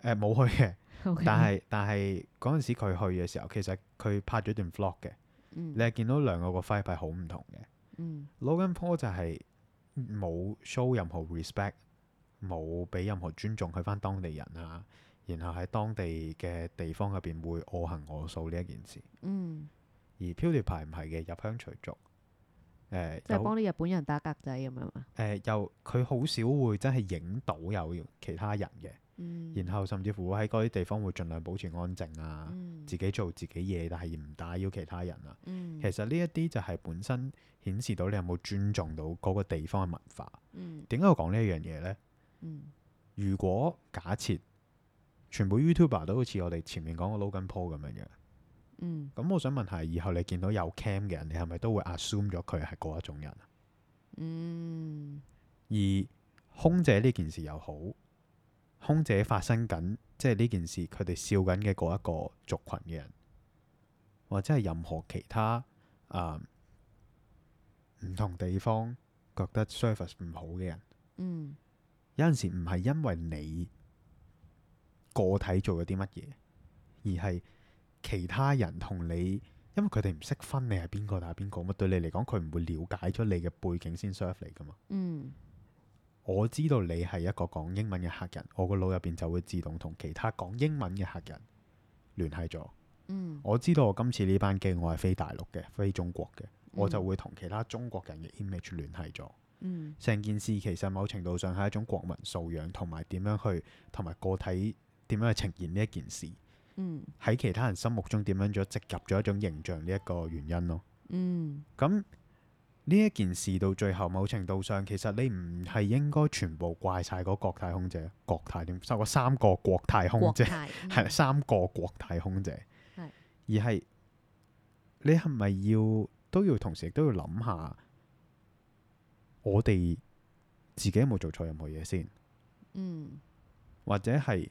B: 誒冇、去嘅，
A: ，OK，
B: 但係但係嗰陣時佢去嘅時候，其實佢拍咗段 vlog 嘅，
A: 嗯
B: 你係見到兩個個 vibe 係好唔同嘅。
A: 嗯
B: Logan Paul 就係冇 show 任何 respect，冇俾任何尊重去翻當地人啊，然後喺當地嘅地方入邊會我行我素呢一件事。
A: 嗯。
B: 而 PewDiePie 唔係嘅，入鄉隨俗。誒、
A: 即係
B: 有
A: 幫啲日本人打格仔咁樣嘛。
B: 誒、又佢好少會真係影到有其他人嘅，
A: 嗯，
B: 然後甚至乎喺嗰啲地方會盡量保持安靜啊，
A: 嗯
B: 自己做自己嘢，但係唔打擾其他人啊。
A: 嗯
B: 其實呢一啲就係本身顯示到你有冇尊重到嗰個地方嘅文化。
A: 嗯
B: 點解我講呢一樣嘢呢？
A: 嗯
B: 如果假設全部 YouTuber 都好似我哋前面講嘅 Logan Paul 咁樣樣，
A: 嗯
B: 咁我想問下，以後你見到有 cam 嘅人，你係咪都會 assume 咗佢係嗰一種人？
A: 嗯
B: 而空姐呢件事又好，空姐發生緊即係呢件事，佢哋笑緊嘅嗰一個族群嘅人，或者係任何其他啊唔、同地方覺得 service 唔好嘅人，
A: 嗯
B: 有陣時唔係因為你個體做咗啲乜嘢，而係其他人同你，因為佢哋唔識分你係邊個打邊個，咁對你嚟講，佢唔會了解咗你嘅背景先 serve 你噶嘛。
A: 嗯
B: 我知道你係一個講英文嘅客人，我個腦入邊就會自動同其他講英文嘅客人聯繫咗。
A: 嗯，
B: 我知道我今次呢班機我係飛大陸嘅，飛中國嘅，我就會同其他中國人嘅 image 聯繫咗。
A: 嗯
B: 成件事其實某程度上係一種國民素養，同埋點樣去同埋個體點樣去呈現呢一件事，
A: 嗯
B: 喺其他人心目中點樣咗植入咗一種形象呢一個原因咯。
A: 嗯
B: 咁呢一件事到最後，某程度上其實你唔係應該全部怪晒嗰國泰空姐，國泰點收嗰三個國泰空
A: 國
B: 姐
A: 泰
B: 係啦三個國泰空姐，
A: 嗯係
B: 而係你係咪要都要同時都要諗下，我哋自己有冇做錯任何嘢先，
A: 嗯，
B: 或者係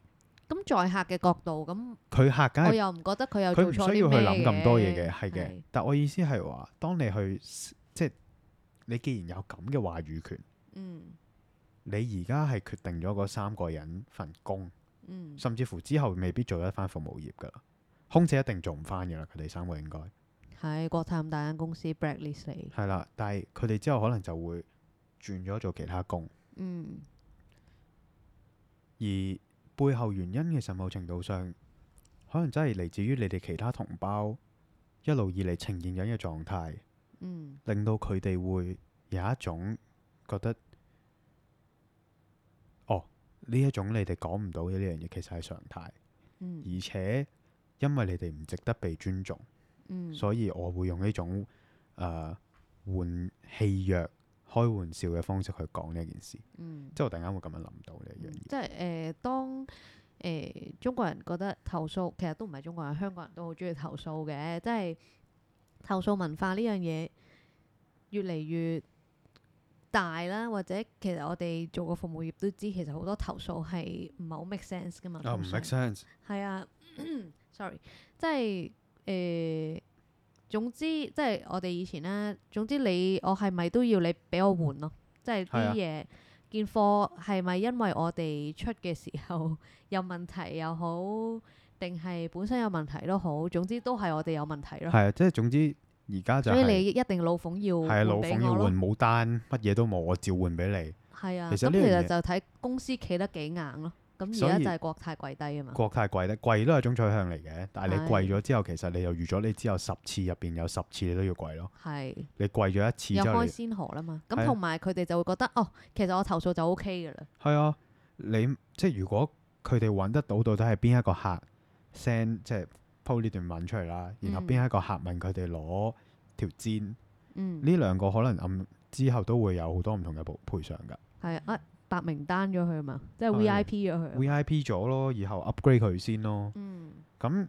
A: 咁在客嘅角度，咁
B: 佢客梗
A: 我
B: 係
A: 又唔覺得佢有
B: 佢
A: 做
B: 唔
A: 錯
B: 需要
A: 啲
B: 去
A: 咩
B: 諗咁多嘢嘅，係嘅
A: 係。
B: 但我意思係話，當你去即係你既然有咁嘅話語權。
A: 嗯
B: 你而家係決定咗嗰三個人份工，
A: 嗯
B: 甚至乎之後未必做得翻服務業噶啦。空姐一定做唔翻噶啦，佢哋三個應該
A: 係國泰咁大間公司 blacklist 你，
B: 係啦。但係佢哋之後可能就會轉咗做其他工，
A: 嗯
B: 而背後原因其實某程度上可能真係嚟自於你哋其他同胞一路以嚟呈現緊嘅狀態，
A: 嗯
B: 令到佢哋會有一種覺得哦呢一種你哋講唔到嘅呢樣嘢其實係常態。
A: 嗯
B: 而且因為你哋唔值得被尊重，
A: 嗯，
B: 所以我會用呢種誒、呃、換戲謔、開玩笑嘅方式去講呢一件事。
A: 嗯。
B: 即係我突然間會咁樣諗到呢一樣
A: 嗯
B: 嘢。
A: 即係誒、呃，當誒、呃中國人覺得投訴，其實都唔係中國人，香港人都好中意投訴嘅，即係投訴文化呢樣嘢越嚟越大啦。或者其實我哋做過服務業都知，其實好多投訴係唔係好啊 make sense 噶嘛。通常
B: 啊 sense。
A: 係啊 ，sorry，即係誒、呃，總之即係我哋以前咧，總之你我係咪都要你俾我換咯？即係
B: 係啊
A: 啲嘢件貨係咪因為我哋出嘅時候有問題又好，定係本身有問題都好，總之都係我哋有問題咯。
B: 係啊，即係總之而家就
A: 所以你
B: 係
A: 一定老馮要
B: 係啊，老
A: 換俾
B: 馮
A: 我
B: 要
A: 咯
B: 換，冇單，乜嘢都冇，我照換俾
A: 係啊。
B: 其
A: 咁
B: 實呢
A: 其
B: 樣
A: 實
B: 嘢
A: 就睇公司企得幾硬咯。咁
B: 所
A: 而家
B: 以
A: 就係國泰跪低啊嘛
B: 你。。國泰貴得貴都係一種取向嚟嘅，但係你
A: 係
B: 貴咗之後，其實你就預咗你之後十次入邊有十次你都要貴咯。
A: 係。
B: 你貴咗一次
A: 有
B: 之後
A: 開
B: 你，
A: 先河啦嘛，
B: 係啊
A: 咁同埋佢哋就會覺得哦，其實我投訴就 O K 嘅啦，
B: 係啊，你即係如果佢哋揾得到到底係邊一個客 send 即係 po 呢段文出嚟啦，然後
A: 嗯
B: 邊一個客問佢哋攞條氈，
A: 嗯，
B: 呢兩個可能暗之後都會有好多唔同嘅賠賠償㗎。
A: 係啊，白名單咗佢啊嘛，即
B: 哦
A: 係
B: 係啊
A: V I P 咗佢，啊
B: VIP 咗咯，以後 upgrade 佢先咯。
A: 嗯，
B: 咁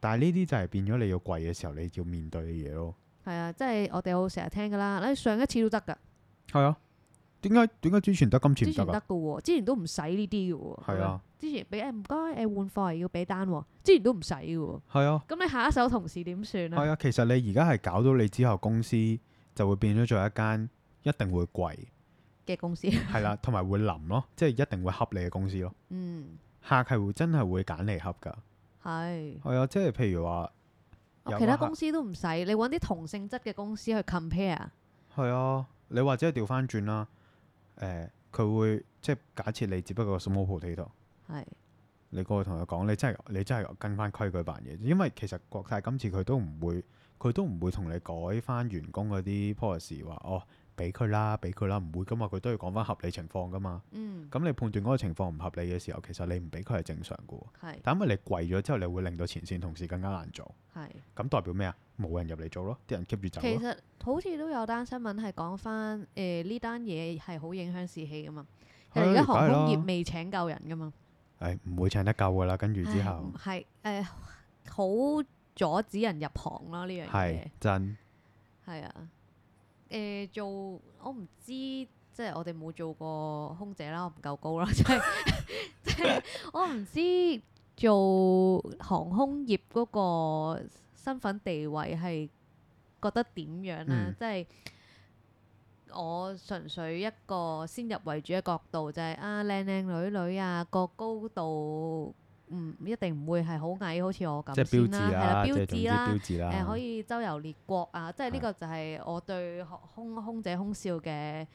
B: 但係呢啲就係變咗你要貴嘅時候，你要面對嘅嘢咯。
A: 係啊，即係我哋好成日聽㗎啦，你上一次都得㗎，
B: 係啊，點解點解之前得今次
A: 之
B: 唔
A: 前
B: 得
A: 得
B: 㗎？
A: 㗎喎，之前都唔使呢啲㗎喎，
B: 係啊，
A: 之前俾誒哎唔該誒換貨係要俾單喎，之前都唔使㗎喎，
B: 係啊，
A: 咁你下一手同事點算
B: 係
A: 啊？
B: 啊。其實你而家係搞到你之後公司就會變咗做一間一定會貴。
A: 嘅公司，
B: 係啦，同埋會冧咯，即係一定會恰你嘅公司咯。
A: 嗯，
B: 客係會真係會揀嚟恰㗎，
A: 係，
B: 係啊，即係譬如話有
A: 哦
B: 啊
A: 其
B: 個
A: 他
B: 客
A: 公司都唔使，你揾啲同性質嘅公司去 compare，
B: 係啊，你或者調翻轉啦，誒、佢會即係假設你只不過 small potato，
A: 係，
B: 你過去同佢講，你真係你真係跟翻規矩辦嘢，因為其實國泰今次佢都唔會，佢都唔會同你改翻員工嗰啲 policy 話哦，俾佢啦，俾佢啦，唔會噶嘛，佢都要講翻合理情況噶嘛。
A: 嗯，
B: 咁你判斷嗰個情況唔合理嘅時候，其實你唔俾佢係正常嘅喎。
A: 係
B: 但因為你跪咗之後，你會令到前線同事更加難做。
A: 係。
B: 咁代表咩啊？冇人入嚟做咯，啲人 keep 住走
A: 其
B: 咯。
A: 實好似都有單新聞係講翻誒呢單嘢係好影響士氣噶嘛。其實而家
B: 係
A: 航
B: 哎梗係
A: 空
B: 啦
A: 業未請夠人噶嘛，
B: 誒唔會請得夠噶啦，跟住之
A: 唉
B: 後
A: 唔係誒好阻止人入行咯呢樣嘢
B: 係。真
A: 係啊，誒、做我唔知，即係我哋冇做過空姐啦，我唔夠高啦，即 係即係我唔知做航空業嗰個身份地位係覺得點樣啦，
B: 嗯
A: 即係。我純粹一個先入為主嘅角度，就係、啊靚靚女女啊，個高度唔一定唔會係好矮，好似我咁
B: 即係標
A: 先啦，
B: 誌
A: 係啦
B: 啦，即係
A: 標
B: 總之
A: 誌啦，
B: 標誌啦。
A: 誒、可以周遊列國啊！即係呢
B: 係
A: 個就係我對學空空姐空少嘅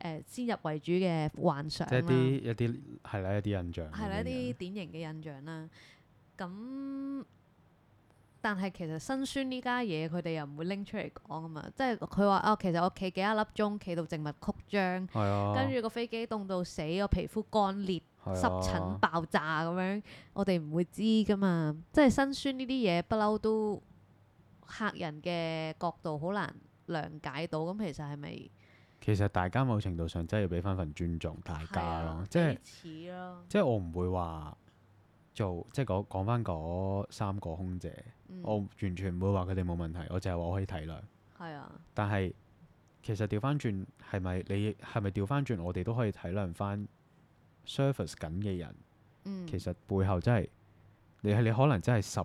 A: 誒、先入為主嘅幻想
B: 即係
A: 啦，
B: 啲一啲係啦，一啲印象
A: 係啦
B: 咁樣
A: 一啲典型嘅印象啦。咁但係其實辛酸呢家嘢，佢哋又唔會拎出嚟講啊嘛。即係佢話哦，其實我企幾多粒鐘，企到靜脈曲張，
B: 係啊，
A: 跟住個飛機凍到死，個皮膚乾裂。
B: 係
A: 濕疹
B: 啊
A: 爆炸咁樣，我哋唔會知噶嘛。即係辛酸呢啲嘢，不嬲都客人嘅角度好難諒解到。咁其實係咪
B: 其實大家某程度上真係要俾翻份尊重大
A: 係
B: 家
A: 啊
B: 咯，即係
A: 彼此咯。
B: 即係我唔會話做，即係講講翻嗰三個空姐，
A: 嗯
B: 我完全唔會話佢哋冇問題，我就係話我可以體諒。
A: 係啊，
B: 但係其實調翻轉係咪你係咪調翻轉，我哋都可以體諒翻 service 緊嘅人，
A: 嗯，
B: 其實背後真係你係你可能真係十誒、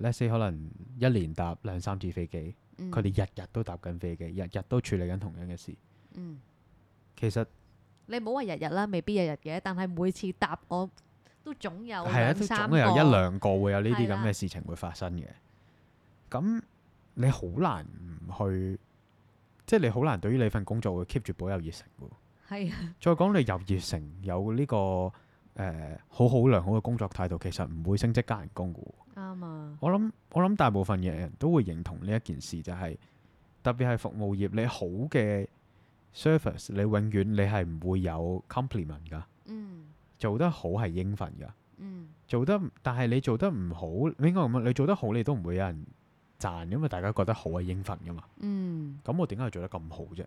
B: let's say 可能一年搭兩三次飛機，佢
A: 佢
B: 哋日日都搭緊飛機，日日都處理緊同樣嘅事，
A: 嗯，
B: 其實。
A: 你唔好話日日啦，未必日日嘅，但係每次答我都總有
B: 係啊，
A: 兩
B: 都
A: 三
B: 總有一
A: 個
B: 兩個會有呢啲
A: 係啦
B: 咁嘅事情會發生嘅。咁你好難唔去，即係你好難對於你份工作會 keep 住保有熱誠喎。
A: 係啊，
B: 再講你有熱誠，有呢、個誒、呃好好良好嘅工作態度，其實唔會升職加人工嘅喎。
A: 啱啊，
B: 我諗我諗大部分嘅人都會認同呢一件事，就係、特別係服務業，你好嘅 service，你永遠你係唔會有 compliment 㗎，
A: 嗯
B: 做得好係應份㗎。
A: 嗯
B: 做得唔，但係你做得唔好，應該咁樣，你做得好你都唔會有人讚，因為大家覺得好係應份噶嘛。
A: 嗯，
B: 咁我點解要做得咁好啫？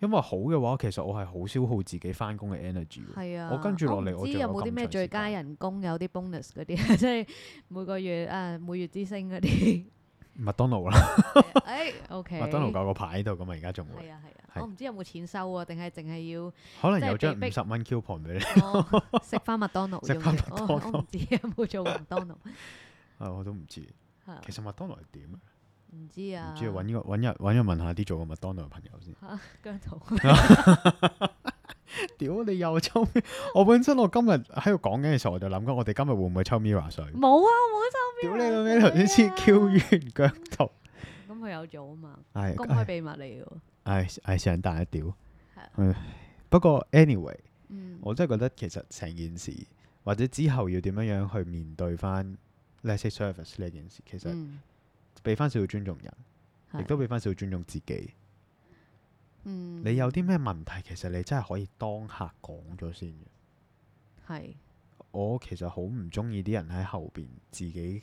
B: 因為好嘅話，其實我係好消耗自己翻工嘅 energy 喎。
A: 係啊，
B: 我跟住落嚟
A: 唔
B: 我
A: 知
B: 仲
A: 有
B: 有
A: 冇
B: 咁
A: 啲咩
B: 長
A: 最
B: 時
A: 佳
B: 間
A: 人工有啲 bonus 嗰啲， 即係每個月啊每月之 星嗰啲。
B: 麥當勞啦，
A: 誒 OK。
B: 麥當勞有個牌喺度咁嘛，而家仲會
A: 係啊係啊，
B: 係
A: 我唔知有冇錢收啊，定係淨係要
B: 可能
A: 即係
B: 有張
A: 被
B: 五
A: 逼
B: 十蚊 coupon 俾你。
A: 我食翻麥當勞
B: 食
A: 要唔
B: 返
A: 要
B: 麥當
A: 我
B: 勞
A: 我唔知有冇做過麥當勞，
B: 啊，我都唔知。
A: 係啊
B: 其實麥當勞係點咧？
A: 唔知啊。
B: 唔知啊，揾個揾日揾日問下啲做過麥當勞嘅朋友先。
A: 嚇姜濤。
B: 屌你又抽咩？我本身我今日喺度講緊嘅時候，我就諗緊我哋今日會唔會抽 Mira 水？
A: 冇啊，我
B: 屌你老味，頭先 先 Q 完腳圖，
A: 冇抽。咁佢有做啊嘛，
B: 係
A: 公開秘密嚟嘅喎。
B: 係係想大一屌
A: 啊。
B: 嗯不過 anyway，
A: 嗯
B: 我真係覺得其實成件事或者之後要點樣樣去面對翻 l e s s e service 呢件事，其實
A: 嗯，
B: 俾翻少少尊重人，亦都
A: 係
B: 俾翻少少尊重自己。
A: 嗯
B: 你有啲咩問題，其實你真係可以當下講咗先嘅。
A: 係
B: 我其實好唔中意啲人喺後邊自己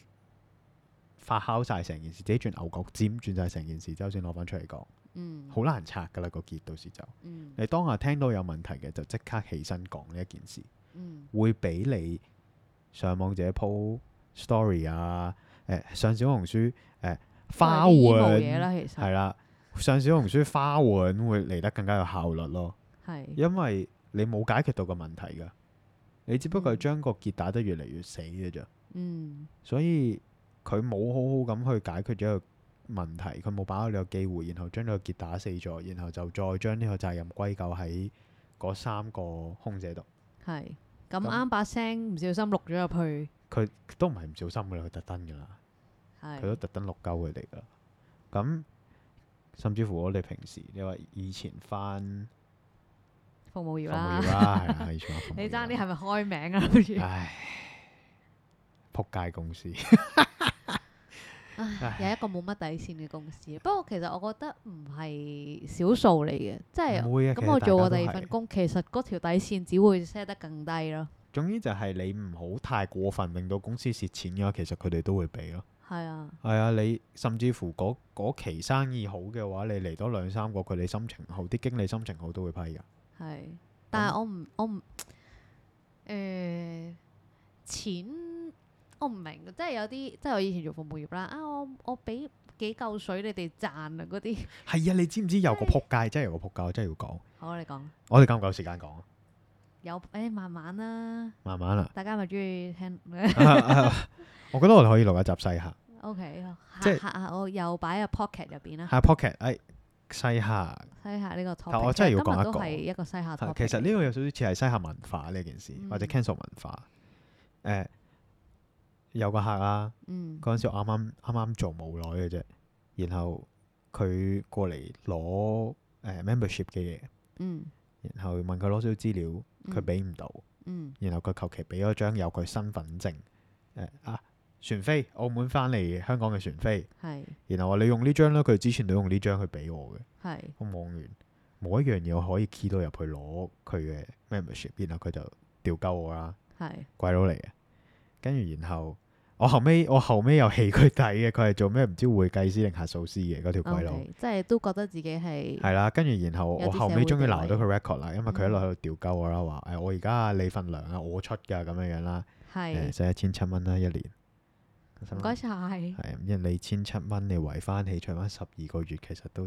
B: 發酵晒成件事，自己轉牛角尖轉晒成件事之後先攞翻出嚟講，
A: 嗯
B: 好難拆噶啦個結，到時就。
A: 嗯
B: 你當下聽到有問題嘅，就即刻起身講呢一件事，
A: 嗯
B: 會俾你上網自己 po story 啊，誒、上小紅書誒、花
A: 都係啲醫務嘢
B: 碗
A: 啦，其實
B: 係啦，上小紅書花碗會嚟得更加有效率咯，
A: 係
B: 因為你冇解決到個問題㗎，你只不過係
A: 嗯
B: 將個結打得越嚟越死嘅啫，
A: 嗯
B: 所以佢冇好好咁去解決咗個問題，佢冇把握呢個機會，然後將呢個結打死咗，然後就再將呢個責任歸咎喺嗰三個空姐度。
A: 係咁
B: 咁
A: 啱把聲唔小心錄咗入去，
B: 佢都唔係唔小心噶啦，佢特登噶啦，佢都
A: 係
B: 特登錄鳩佢哋噶啦。咁甚至乎我哋平時你話以前翻
A: 服務
B: 服務
A: 業
B: 業
A: 啦
B: 啦。係 啦，以前返服務業啦
A: 你 爭啲係咪開名啊？諗住
B: 唉，仆街公司
A: 唉有一個冇乜底線嘅公司。不過其實我覺得唔係係少數嚟嘅，即係
B: 唔會啊其
A: 咁
B: 實
A: 我做我
B: 大家
A: 哋
B: 都係
A: 份工，其實嗰條底線只會 set 得更低咯。
B: 總之就係你唔好太過分，令到公司蝕錢嘅話，其實佢哋都會俾咯。
A: 係啊，
B: 係啊，你甚至乎嗰嗰期生意好嘅話，你嚟多兩三個，佢哋心情好，啲經理心情好都會批㗎。
A: 係，但係我唔我唔誒錢，我唔明，即係有啲即係我以前做服務業啦，啊我我俾幾嚿水你哋賺啊嗰啲，
B: 係啊，你知唔知有個撲街，真係有個撲街，我真係要講。
A: 好你講
B: 我哋夠唔夠時間講啊？
A: 有誒、慢慢啦，
B: 慢慢啦
A: 。大家咪中意聽。
B: 我覺得我哋可以錄一集細客，
A: O K，下
B: 即係
A: 下下我又擺入 pocket 入邊啦，
B: 係啊 pocket，誒西客。
A: 西夏呢個 topic，
B: 但我真係要講一
A: 今
B: 個
A: 日都係一個西夏 topic
B: 係
A: 嚟。
B: 其實呢個有少少似係西夏文化呢件事，
A: 嗯
B: 或者 cancel 文化。誒、有個客啦，
A: 嗯
B: 嗰陣時我啱啱啱啱做冇耐嘅啫，然後佢過嚟攞誒 membership 嘅嘢，
A: 嗯，
B: 然後問佢攞少少資料，佢
A: 嗯
B: 俾唔到，
A: 嗯
B: 然後佢求其俾咗張有佢身份證，誒、啊船飛澳門翻嚟香港嘅船飛，
A: 係
B: 然後話你用呢張啦，佢之前都用呢張去俾我嘅。
A: 係
B: 我望完冇一樣嘢我可以 key 到入去攞佢嘅 membership，然後佢就掉鳩我啦，
A: 係
B: 鬼佬嚟嘅。跟住然後我後尾我後尾又氣佢底嘅，佢係做咩唔知會計師定核數師嘅嗰條鬼佬。
A: ，OK，即係都覺得自己係
B: 係啦，跟住然後
A: 有
B: 我
A: 啲
B: 後尾
A: 社會
B: 終於
A: 地
B: 鬧到
A: 位嗯
B: 佢 record 啦，因為佢一路喺度調鳩我啦，話誒、我而家你份糧啊我出㗎咁樣樣啦，誒
A: 係
B: 使一千七蚊啦一年。我心
A: 唔
B: 諗
A: 該晒，
B: 係，因為你千七蚊你圍翻起除翻十二個月，其實都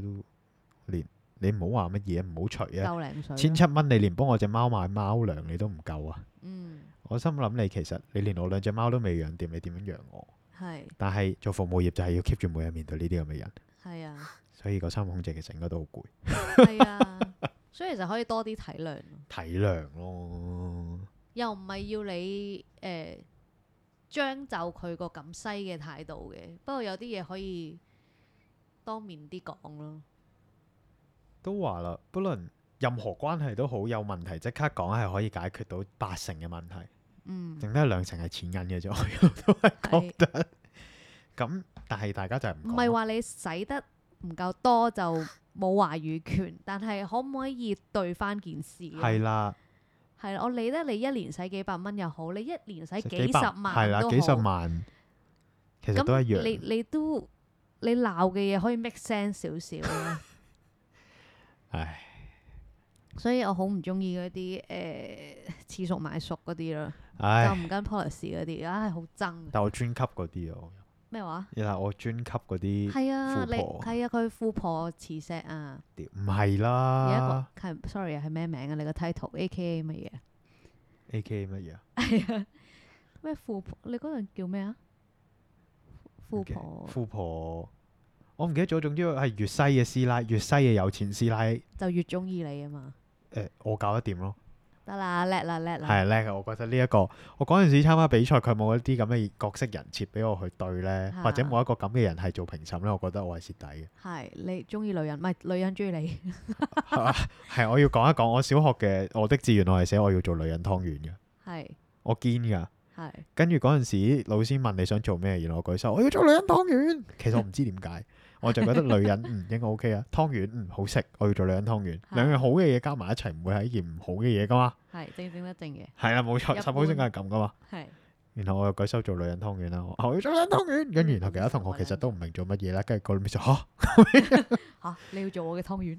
B: 連你唔好話乜嘢，唔好除啊，
A: 夠零水
B: 千
A: 咯。
B: 七蚊你連幫我只貓買貓糧你都唔夠啊！
A: 嗯，
B: 我心諗你其實你連我兩隻貓都未養掂，你點樣養我？
A: 係
B: 但係做服務業就係要 keep 住每日面對呢啲咁嘅人，
A: 係啊
B: 所以個三控制其實應該都好攰，
A: 係啊， 所以其實可以多啲體諒咯，
B: 體諒咯。
A: 又唔係要你誒將就佢個咁西嘅態度嘅，不過有啲嘢可以當面啲講咯。
B: 都話啦，不論任何關係都好，有問題即刻講係可以解決到八成嘅問題，
A: 嗯，
B: 剩低兩成係錢銀嘅啫。我一路都係覺
A: 係
B: 得咁，但係大家就係唔
A: 唔係
B: 講
A: 話你使得唔夠多就冇話語權，但係可唔可以對翻件事啊？
B: 係啦，
A: 係啦，我理得你一年使幾百蚊又好，你一年使幾十
B: 百係
A: 萬
B: 啦，
A: 都好，
B: 幾十萬其實都一
A: 咁
B: 樣。
A: 你你都你鬧嘅嘢可以 make sense 少少 咯，
B: 唉，
A: 所以我好唔中意嗰啲誒次熟買熟嗰啲咯，
B: 唉
A: 就。唔跟 policy 嗰啲，唉好憎
B: 但我專級嗰啲啊，
A: 咩話？
B: 但係我專級嗰啲
A: 係啊，
B: 富
A: 你
B: 婆
A: 係啊，佢富婆磁石啊，
B: 屌唔係
A: 有一個
B: 啦
A: 係 sorry 係咩名啊？你個 title A K A 乜嘢啊？
B: ，A K 乜嘢啊？
A: 係啊，咩富婆？你嗰陣叫咩啊？富
B: 唔記得
A: 婆
B: 富婆，我唔記得咗。總之係粵西嘅師奶，粵西嘅有錢師奶，誒、
A: 就越中意你啊嘛，
B: 我搞得掂咯，
A: 得啦，叻啦，叻啦，
B: 係叻啊嘅。我覺得呢、一個，我嗰陣時參加比賽，佢冇一啲咁嘅角色人設俾我去對呢，
A: 嚇
B: 或者冇一個咁嘅人係做評審呢，我覺得我係蝕底嘅。
A: 係你中意女人，唔係女人中意你，
B: 係我要講一講，我小學嘅我的志願我係寫我要做女人湯圓嘅，
A: 係
B: 我堅㗎。
A: 係
B: 跟住嗰陣時，老師問你想做咩，然後我舉手，我要做女人湯圓。其實我唔知點 解，我就覺得女人嗯應該 OK 啊，湯圓嗯好食，我要做女人湯圓。
A: 係
B: 兩樣好嘅嘢加埋一齊，唔會係一件唔好嘅嘢噶嘛。
A: 係正正得正嘅，
B: 係啦，冇錯，
A: 一
B: 十
A: 般
B: 好性格係咁噶嘛。
A: 係
B: 然後我又舉手做女人湯圓啦，我我要做女人湯圓。跟住然後其他同學其實都唔明做乜嘢啦，跟住個 miss 就嚇，
A: 吓你要做我嘅湯圓，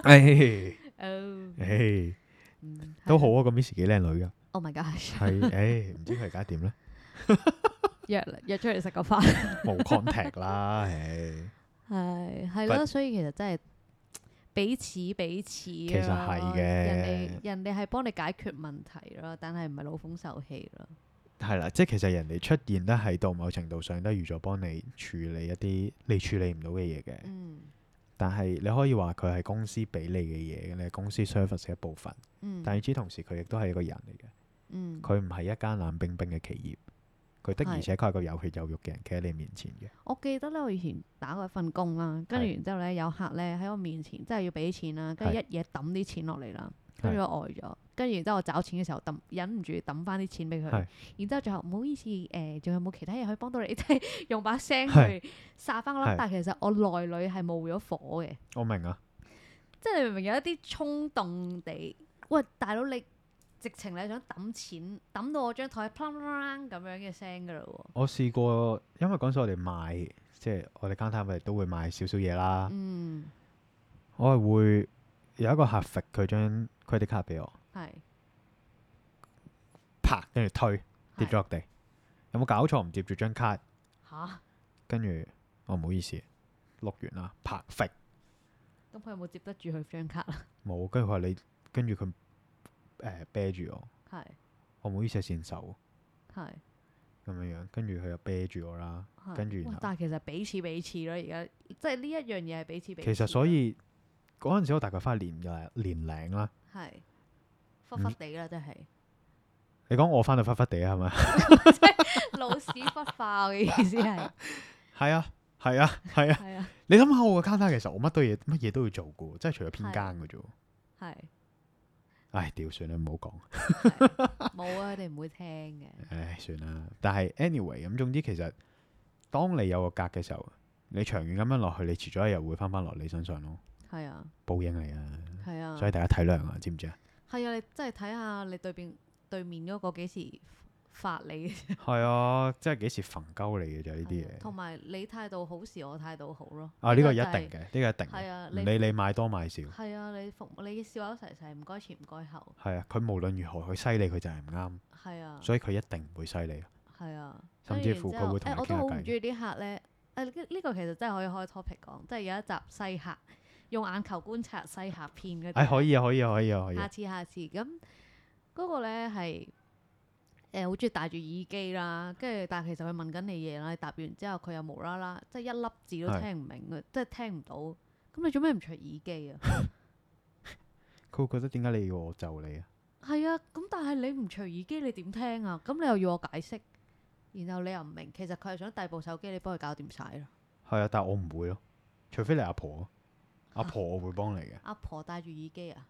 B: 誒
A: 哦
B: 誒
A: 嗯
B: 都好啊，個 miss 幾靚女噶，
A: ，Oh my gosh，
B: 係誒唔知佢而家點咧，
A: 約約出嚟食個飯，
B: 冇 contact 啦，誒。
A: 係係咯，所以其實真係。彼此彼此其
B: 實係嘅
A: 人哋人哋係幫你解決問題咯，但係唔係老風受氣咯，
B: 係啦，即係其實人哋出現得喺度，某程度上都係預咗幫你處理一啲你處理唔到嘅嘢嘅。
A: 嗯
B: 但係你可以話佢係公司俾你嘅嘢，你係公司 service 嘅一部分。
A: 嗯
B: 但係與此同時，佢亦都係一個人嚟嘅，
A: 嗯，
B: 佢唔係一間冷冰冰嘅企業，佢的而
A: 係
B: 且確係個有血有肉嘅人企喺你面前嘅。
A: 我記得咧，我以前打過一份工啦，跟住然之後咧，有客咧喺我面前，真係要俾錢啦，跟住一
B: 係
A: 嘢抌啲錢落嚟啦，跟住我呆咗，跟住然之後我找錢嘅時候抌，忍唔住抌翻啲錢俾佢
B: 係，
A: 然之後最後唔好意思，誒、仲有冇其他嘢可以幫到你？即係 用把聲
B: 係
A: 去殺翻我
B: 係
A: 粒，但係其實我內裏係冒咗火嘅，
B: 我明啊，
A: 即係你明唔明有一啲衝動地，喂大佬你直情你想揼錢，揼到我張台砰砰砰咁樣嘅聲㗎啦喎。
B: 我試過，因為嗰陣時我哋賣，即係我哋間攤咪都會賣少少嘢啦。
A: 嗯，
B: 我係會有一個客揈佢張 credit card 俾我，
A: 係
B: 啪跟住推跌咗
A: 係
B: 落地。有冇搞錯？唔接住張卡，
A: 吓，
B: 跟住我唔好意思，碌完啦，啪揈
A: 咁佢有冇接得住佢張卡啊？
B: 冇。跟住佢話你，跟住佢誒啤住我，
A: 係
B: 我唔好意思係善手
A: 係
B: 咁樣樣。跟住佢又啤住我啦，
A: 係。
B: 跟住然
A: 哇
B: 後
A: 但係其實彼此彼此咯，而家即係呢一樣嘢係彼此彼此
B: 其
A: 咯。
B: 實所以嗰陣時我大概翻年嘅年齡啦。
A: 係忽忽地啦，真係
B: 你講我翻到忽忽地啊，係咪？
A: 老屎忽化嘅意 思係
B: 係啊，係啊，係啊。
A: 係啊
B: 你諗下我個 counter 其實我乜都嘢乜嘢都要做嘅喎，即係除咗偏更嘅啫喎。
A: 係
B: 唉，屌算啦，唔好講。
A: 冇啊，佢哋唔會聽嘅。
B: 唉，算啦。但係 anyway 咁，總之其實當你有個格嘅時候，你長遠咁樣落去，你遲早一日會翻翻落你身上咯，
A: 係啊
B: 報應嚟啊！
A: 係啊。
B: 所以大家體諒啊，知唔知啊？
A: 係啊，你真係睇下你對面對面嗰個幾時發你
B: 係啊，即係幾時焚鳩你嘅啫呢啲嘢。
A: 同埋你態度好時我態度好咯。
B: 啊，呢個一
A: 就
B: 定
A: 係
B: 嘅，呢個一定
A: 係啊
B: 嘅，唔
A: 你
B: 理你買多買少。
A: 係啊，你服你笑口齊齊，唔該前唔該後，
B: 係啊，佢無論如何，佢犀利佢就係唔啱，
A: 係啊，
B: 所以佢一定唔會犀利。
A: 係啊，
B: 甚
A: 跟住
B: 至乎
A: 然之
B: 佢
A: 後
B: 會同
A: 誒
B: 你
A: 我都好
B: 傾下
A: 唔
B: 偈
A: 中意啲客咧。誒呢呢個其實真係可以開 topic 講，即係有一集西客用眼球觀察西客篇嗰啲
B: 唉，可以啊，可以啊，可以啊，可以
A: 下
B: 啊。
A: 次下次咁嗰個咧係誒好中意戴住耳機啦，跟住但係其實佢問緊你嘢啦，你答完之後佢又無啦啦，即係一粒字都
B: 係
A: 聽唔明嘅，即係聽唔到。咁你做咩唔除 耳機啊？
B: 佢會覺得點解你要我就你啊？
A: 係啊，咁但係你唔除耳機你點聽啊？咁你又要我解釋，然後你又唔明，其實佢係想遞部手機你幫佢搞掂晒咯。
B: 係啊，但係我唔會咯，除非你阿婆，
A: 啊
B: 阿婆我會幫你嘅，
A: 阿婆戴住耳機啊，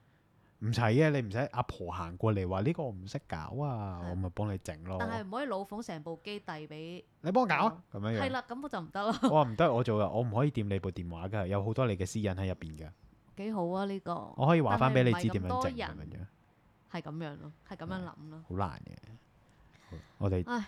B: 唔使嘅，你唔使阿婆行過嚟話呢個我唔識搞啊，
A: 係
B: 我咪幫你整咯
A: 但，係唔可以老奉成部機遞俾。
B: 你幫我搞啊，咁樣
A: 係
B: 樣。
A: 啦，咁我就唔得咯。
B: 我話唔得，我做噶，啊我唔可以掂你部電話㗎，有好多你嘅私隱喺入邊㗎，
A: 幾好啊呢個，
B: 我可以話翻俾你知
A: 但係
B: 點
A: 唔係咁
B: 樣
A: 多
B: 整
A: 人
B: 咁樣樣，
A: 係咁樣咯，係咁樣諗咯。
B: 好難嘅。好我哋
A: 唉。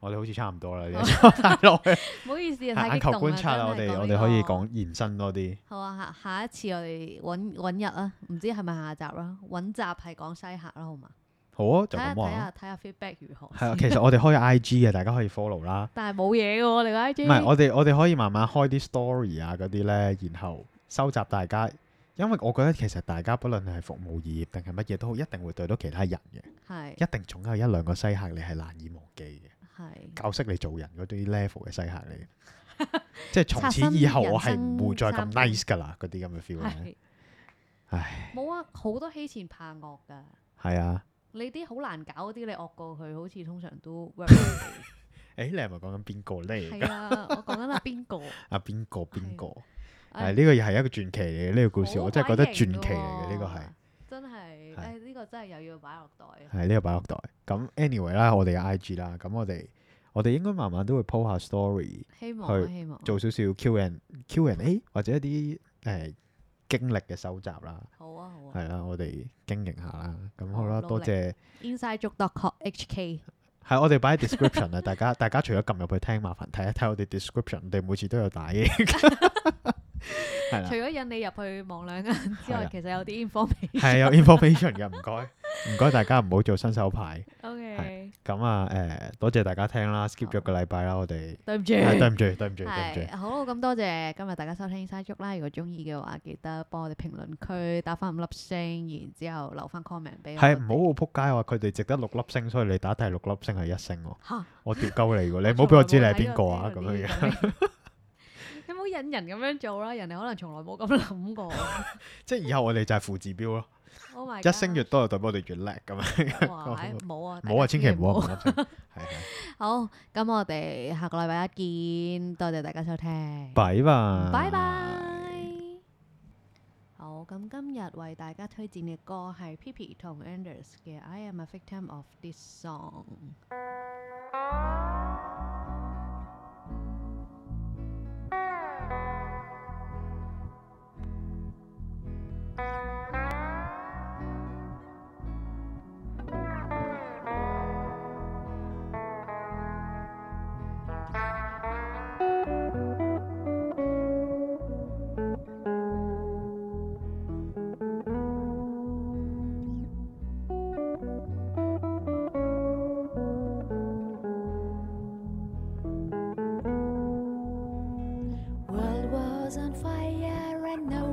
B: 我哋好似 差唔多啦，呢一集睇 落去
A: 唔好意思，啊太
B: 眼
A: 激
B: 球
A: 動
B: 啊觀察啦，我
A: 真係
B: 哋
A: 講
B: 我
A: 呢
B: 哋可以
A: 個。
B: 講延伸多啲。
A: 好啊，下下一次我哋揾揾日啦，唔知係咪下集啦，揾集係講西客啦，好嘛？
B: 好啊，
A: 睇
B: 就
A: 下
B: 咁
A: 睇
B: 話啦。
A: 下睇下 feedback 如何。
B: 係啊，其實我哋開 I G 嘅，大家可以 follow 啦。
A: 但係冇嘢嘅喎，你個 I
B: 唔
A: G。
B: 係，我哋我哋可以慢慢開啲 story 啊嗰啲呢，然後收集大家，因為我覺得其實大家不論係服務業定係乜嘢都好，一定會對到其他人嘅，
A: 係
B: 一定總有一兩個西客你係難以忘記嘅，
A: 係。
B: 教識你做人嗰啲 level 嘅西客嚟嘅， 即係從
A: 刷
B: 此
A: 新
B: 以後我係唔會再
A: 人
B: 咁
A: 生
B: nice 㗎啦，嗰啲咁嘅 feel 咧，
A: 係
B: 唉，
A: 冇啊，好多欺前怕惡㗎。
B: 係啊，
A: 你啲好難搞嗰啲，你惡過佢，好似通常都 work 到
B: 誒你係咪講緊邊個
A: 你。
B: 呢？
A: 係啊，我講緊阿邊個？
B: 啊邊個邊個？
A: 唉
B: 誒呢個又係一個傳奇嚟嘅呢個故事，
A: 好
B: 我真係覺得
A: 鬼
B: 傳
A: 型
B: 奇嚟
A: 㗎
B: 嘅呢個
A: 喎
B: 係。
A: 真
B: 係
A: 係，誒呢個真係又要擺落袋啊。
B: 係呢個擺落袋。咁 anyway 啦，我哋嘅 IG 啦，咁我哋我哋應該慢慢都會 po 下 story，
A: 希望
B: 去
A: 啊希望。
B: 做少少 Q and Q and A 或者一啲誒、呃、經歷嘅收集啦，
A: 好啊好啊。
B: 係啦，我哋經營下啦。咁好
A: 好
B: 啦，
A: 努
B: 多
A: 力
B: 謝。
A: insidejoke.hk
B: 係我哋擺喺 description 啊，大 家大家除咗撳入去聽，麻煩睇一睇我哋 description，我哋每次都有打嘢。 係啦
A: 除，咗引你入去望兩眼之
B: 啊係啊
A: 外
B: 啦，
A: 其實有 啲 information。
B: 係有 information 嘅，唔該，唔該，大家唔好做新手牌。
A: OK，
B: 咁啊，誒、多謝大家聽啦，skip 咗個禮拜啦，我哋、
A: 對唔住。
B: 係對唔住，對唔住，對唔住。
A: 係好，咁多謝今日大家收聽 Inside Joke 啦。如果中意嘅話，記得幫我哋評論區打翻五粒星，然之後留翻 comment 俾我
B: 係
A: 哋。
B: 唔好我仆街話佢哋值得六粒星，所以你打第六粒星係一星喎，
A: 好嚇，
B: 我屌鳩你喎，你
A: 你
B: 唔好俾我知你係邊個啊咁樣樣。
A: 樣。 你唔好引人咁樣做啦，人哋可能從來冇咁諗過。
B: 即係以後我哋就係負指標咯，
A: Oh my
B: 一星越多就代表我哋越叻咁樣。
A: God 哇唉冇啊，
B: 冇啊，千祈唔
A: 好
B: 好。啊，五粒星。係係，
A: 好，咁我哋下個禮拜一見，多謝大家收聽，
B: 拜拜，
A: 拜拜。好，咁今日為大家推薦嘅歌係 Pippi 同 Anders 嘅《I Am a Victim of This Song》。
C: I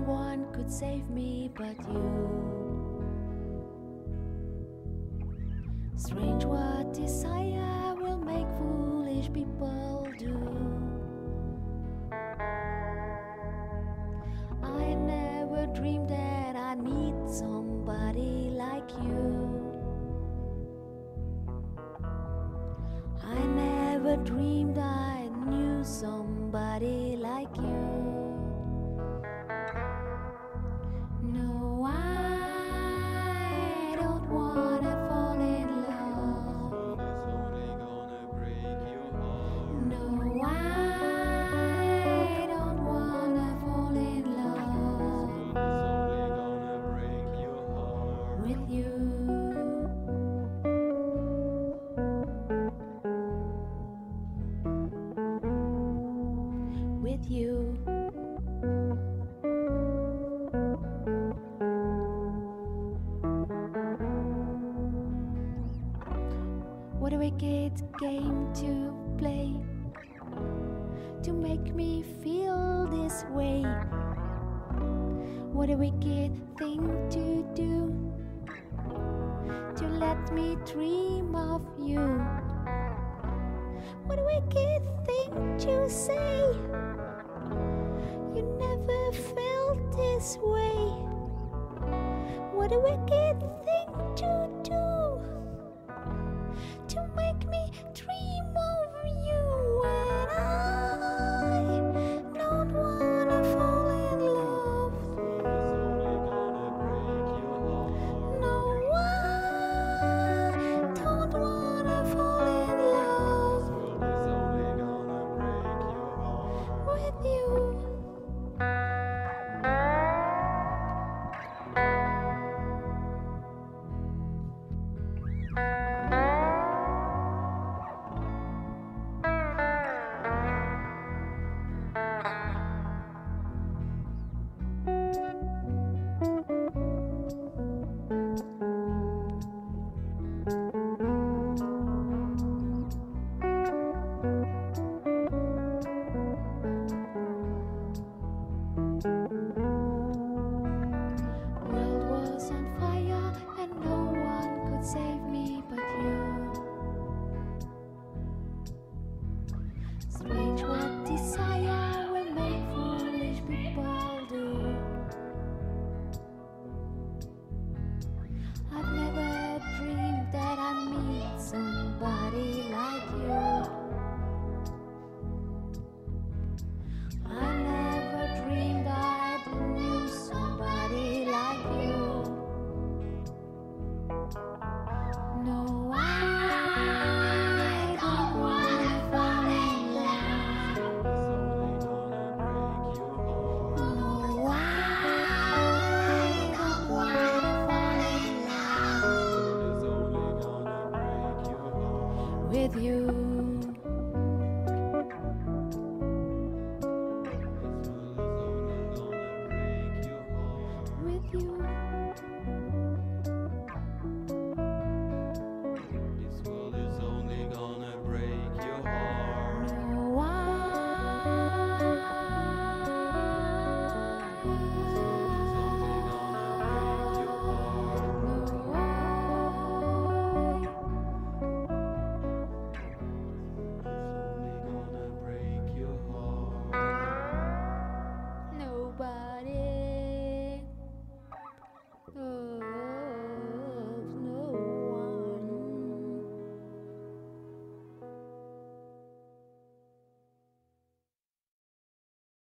C: one could save me but you. Strange what desire will make foolish people do. I never dreamed that I need somebody like you. I never dreamed I knew somebody like you. No, I don't wanna fall in love. No, I don't wanna fall in love with you. With you. What a wicked game to play to make me feel this way. What a wicked thing to do to let me dream of you. What a wicked thing to say. You never felt this way. What a wicked thing to do to make me dream of you and I don't wanna fall in love. No, I don't wanna fall in love with you. World was on fire and no one could save me but you. Strange what desire will make foolish people do. I've never dreamed that I meet somebody like you. I never dreamed I knew somebody like you. No, I don't wanna fall in love. No, I don't wanna fall in love with you. with you.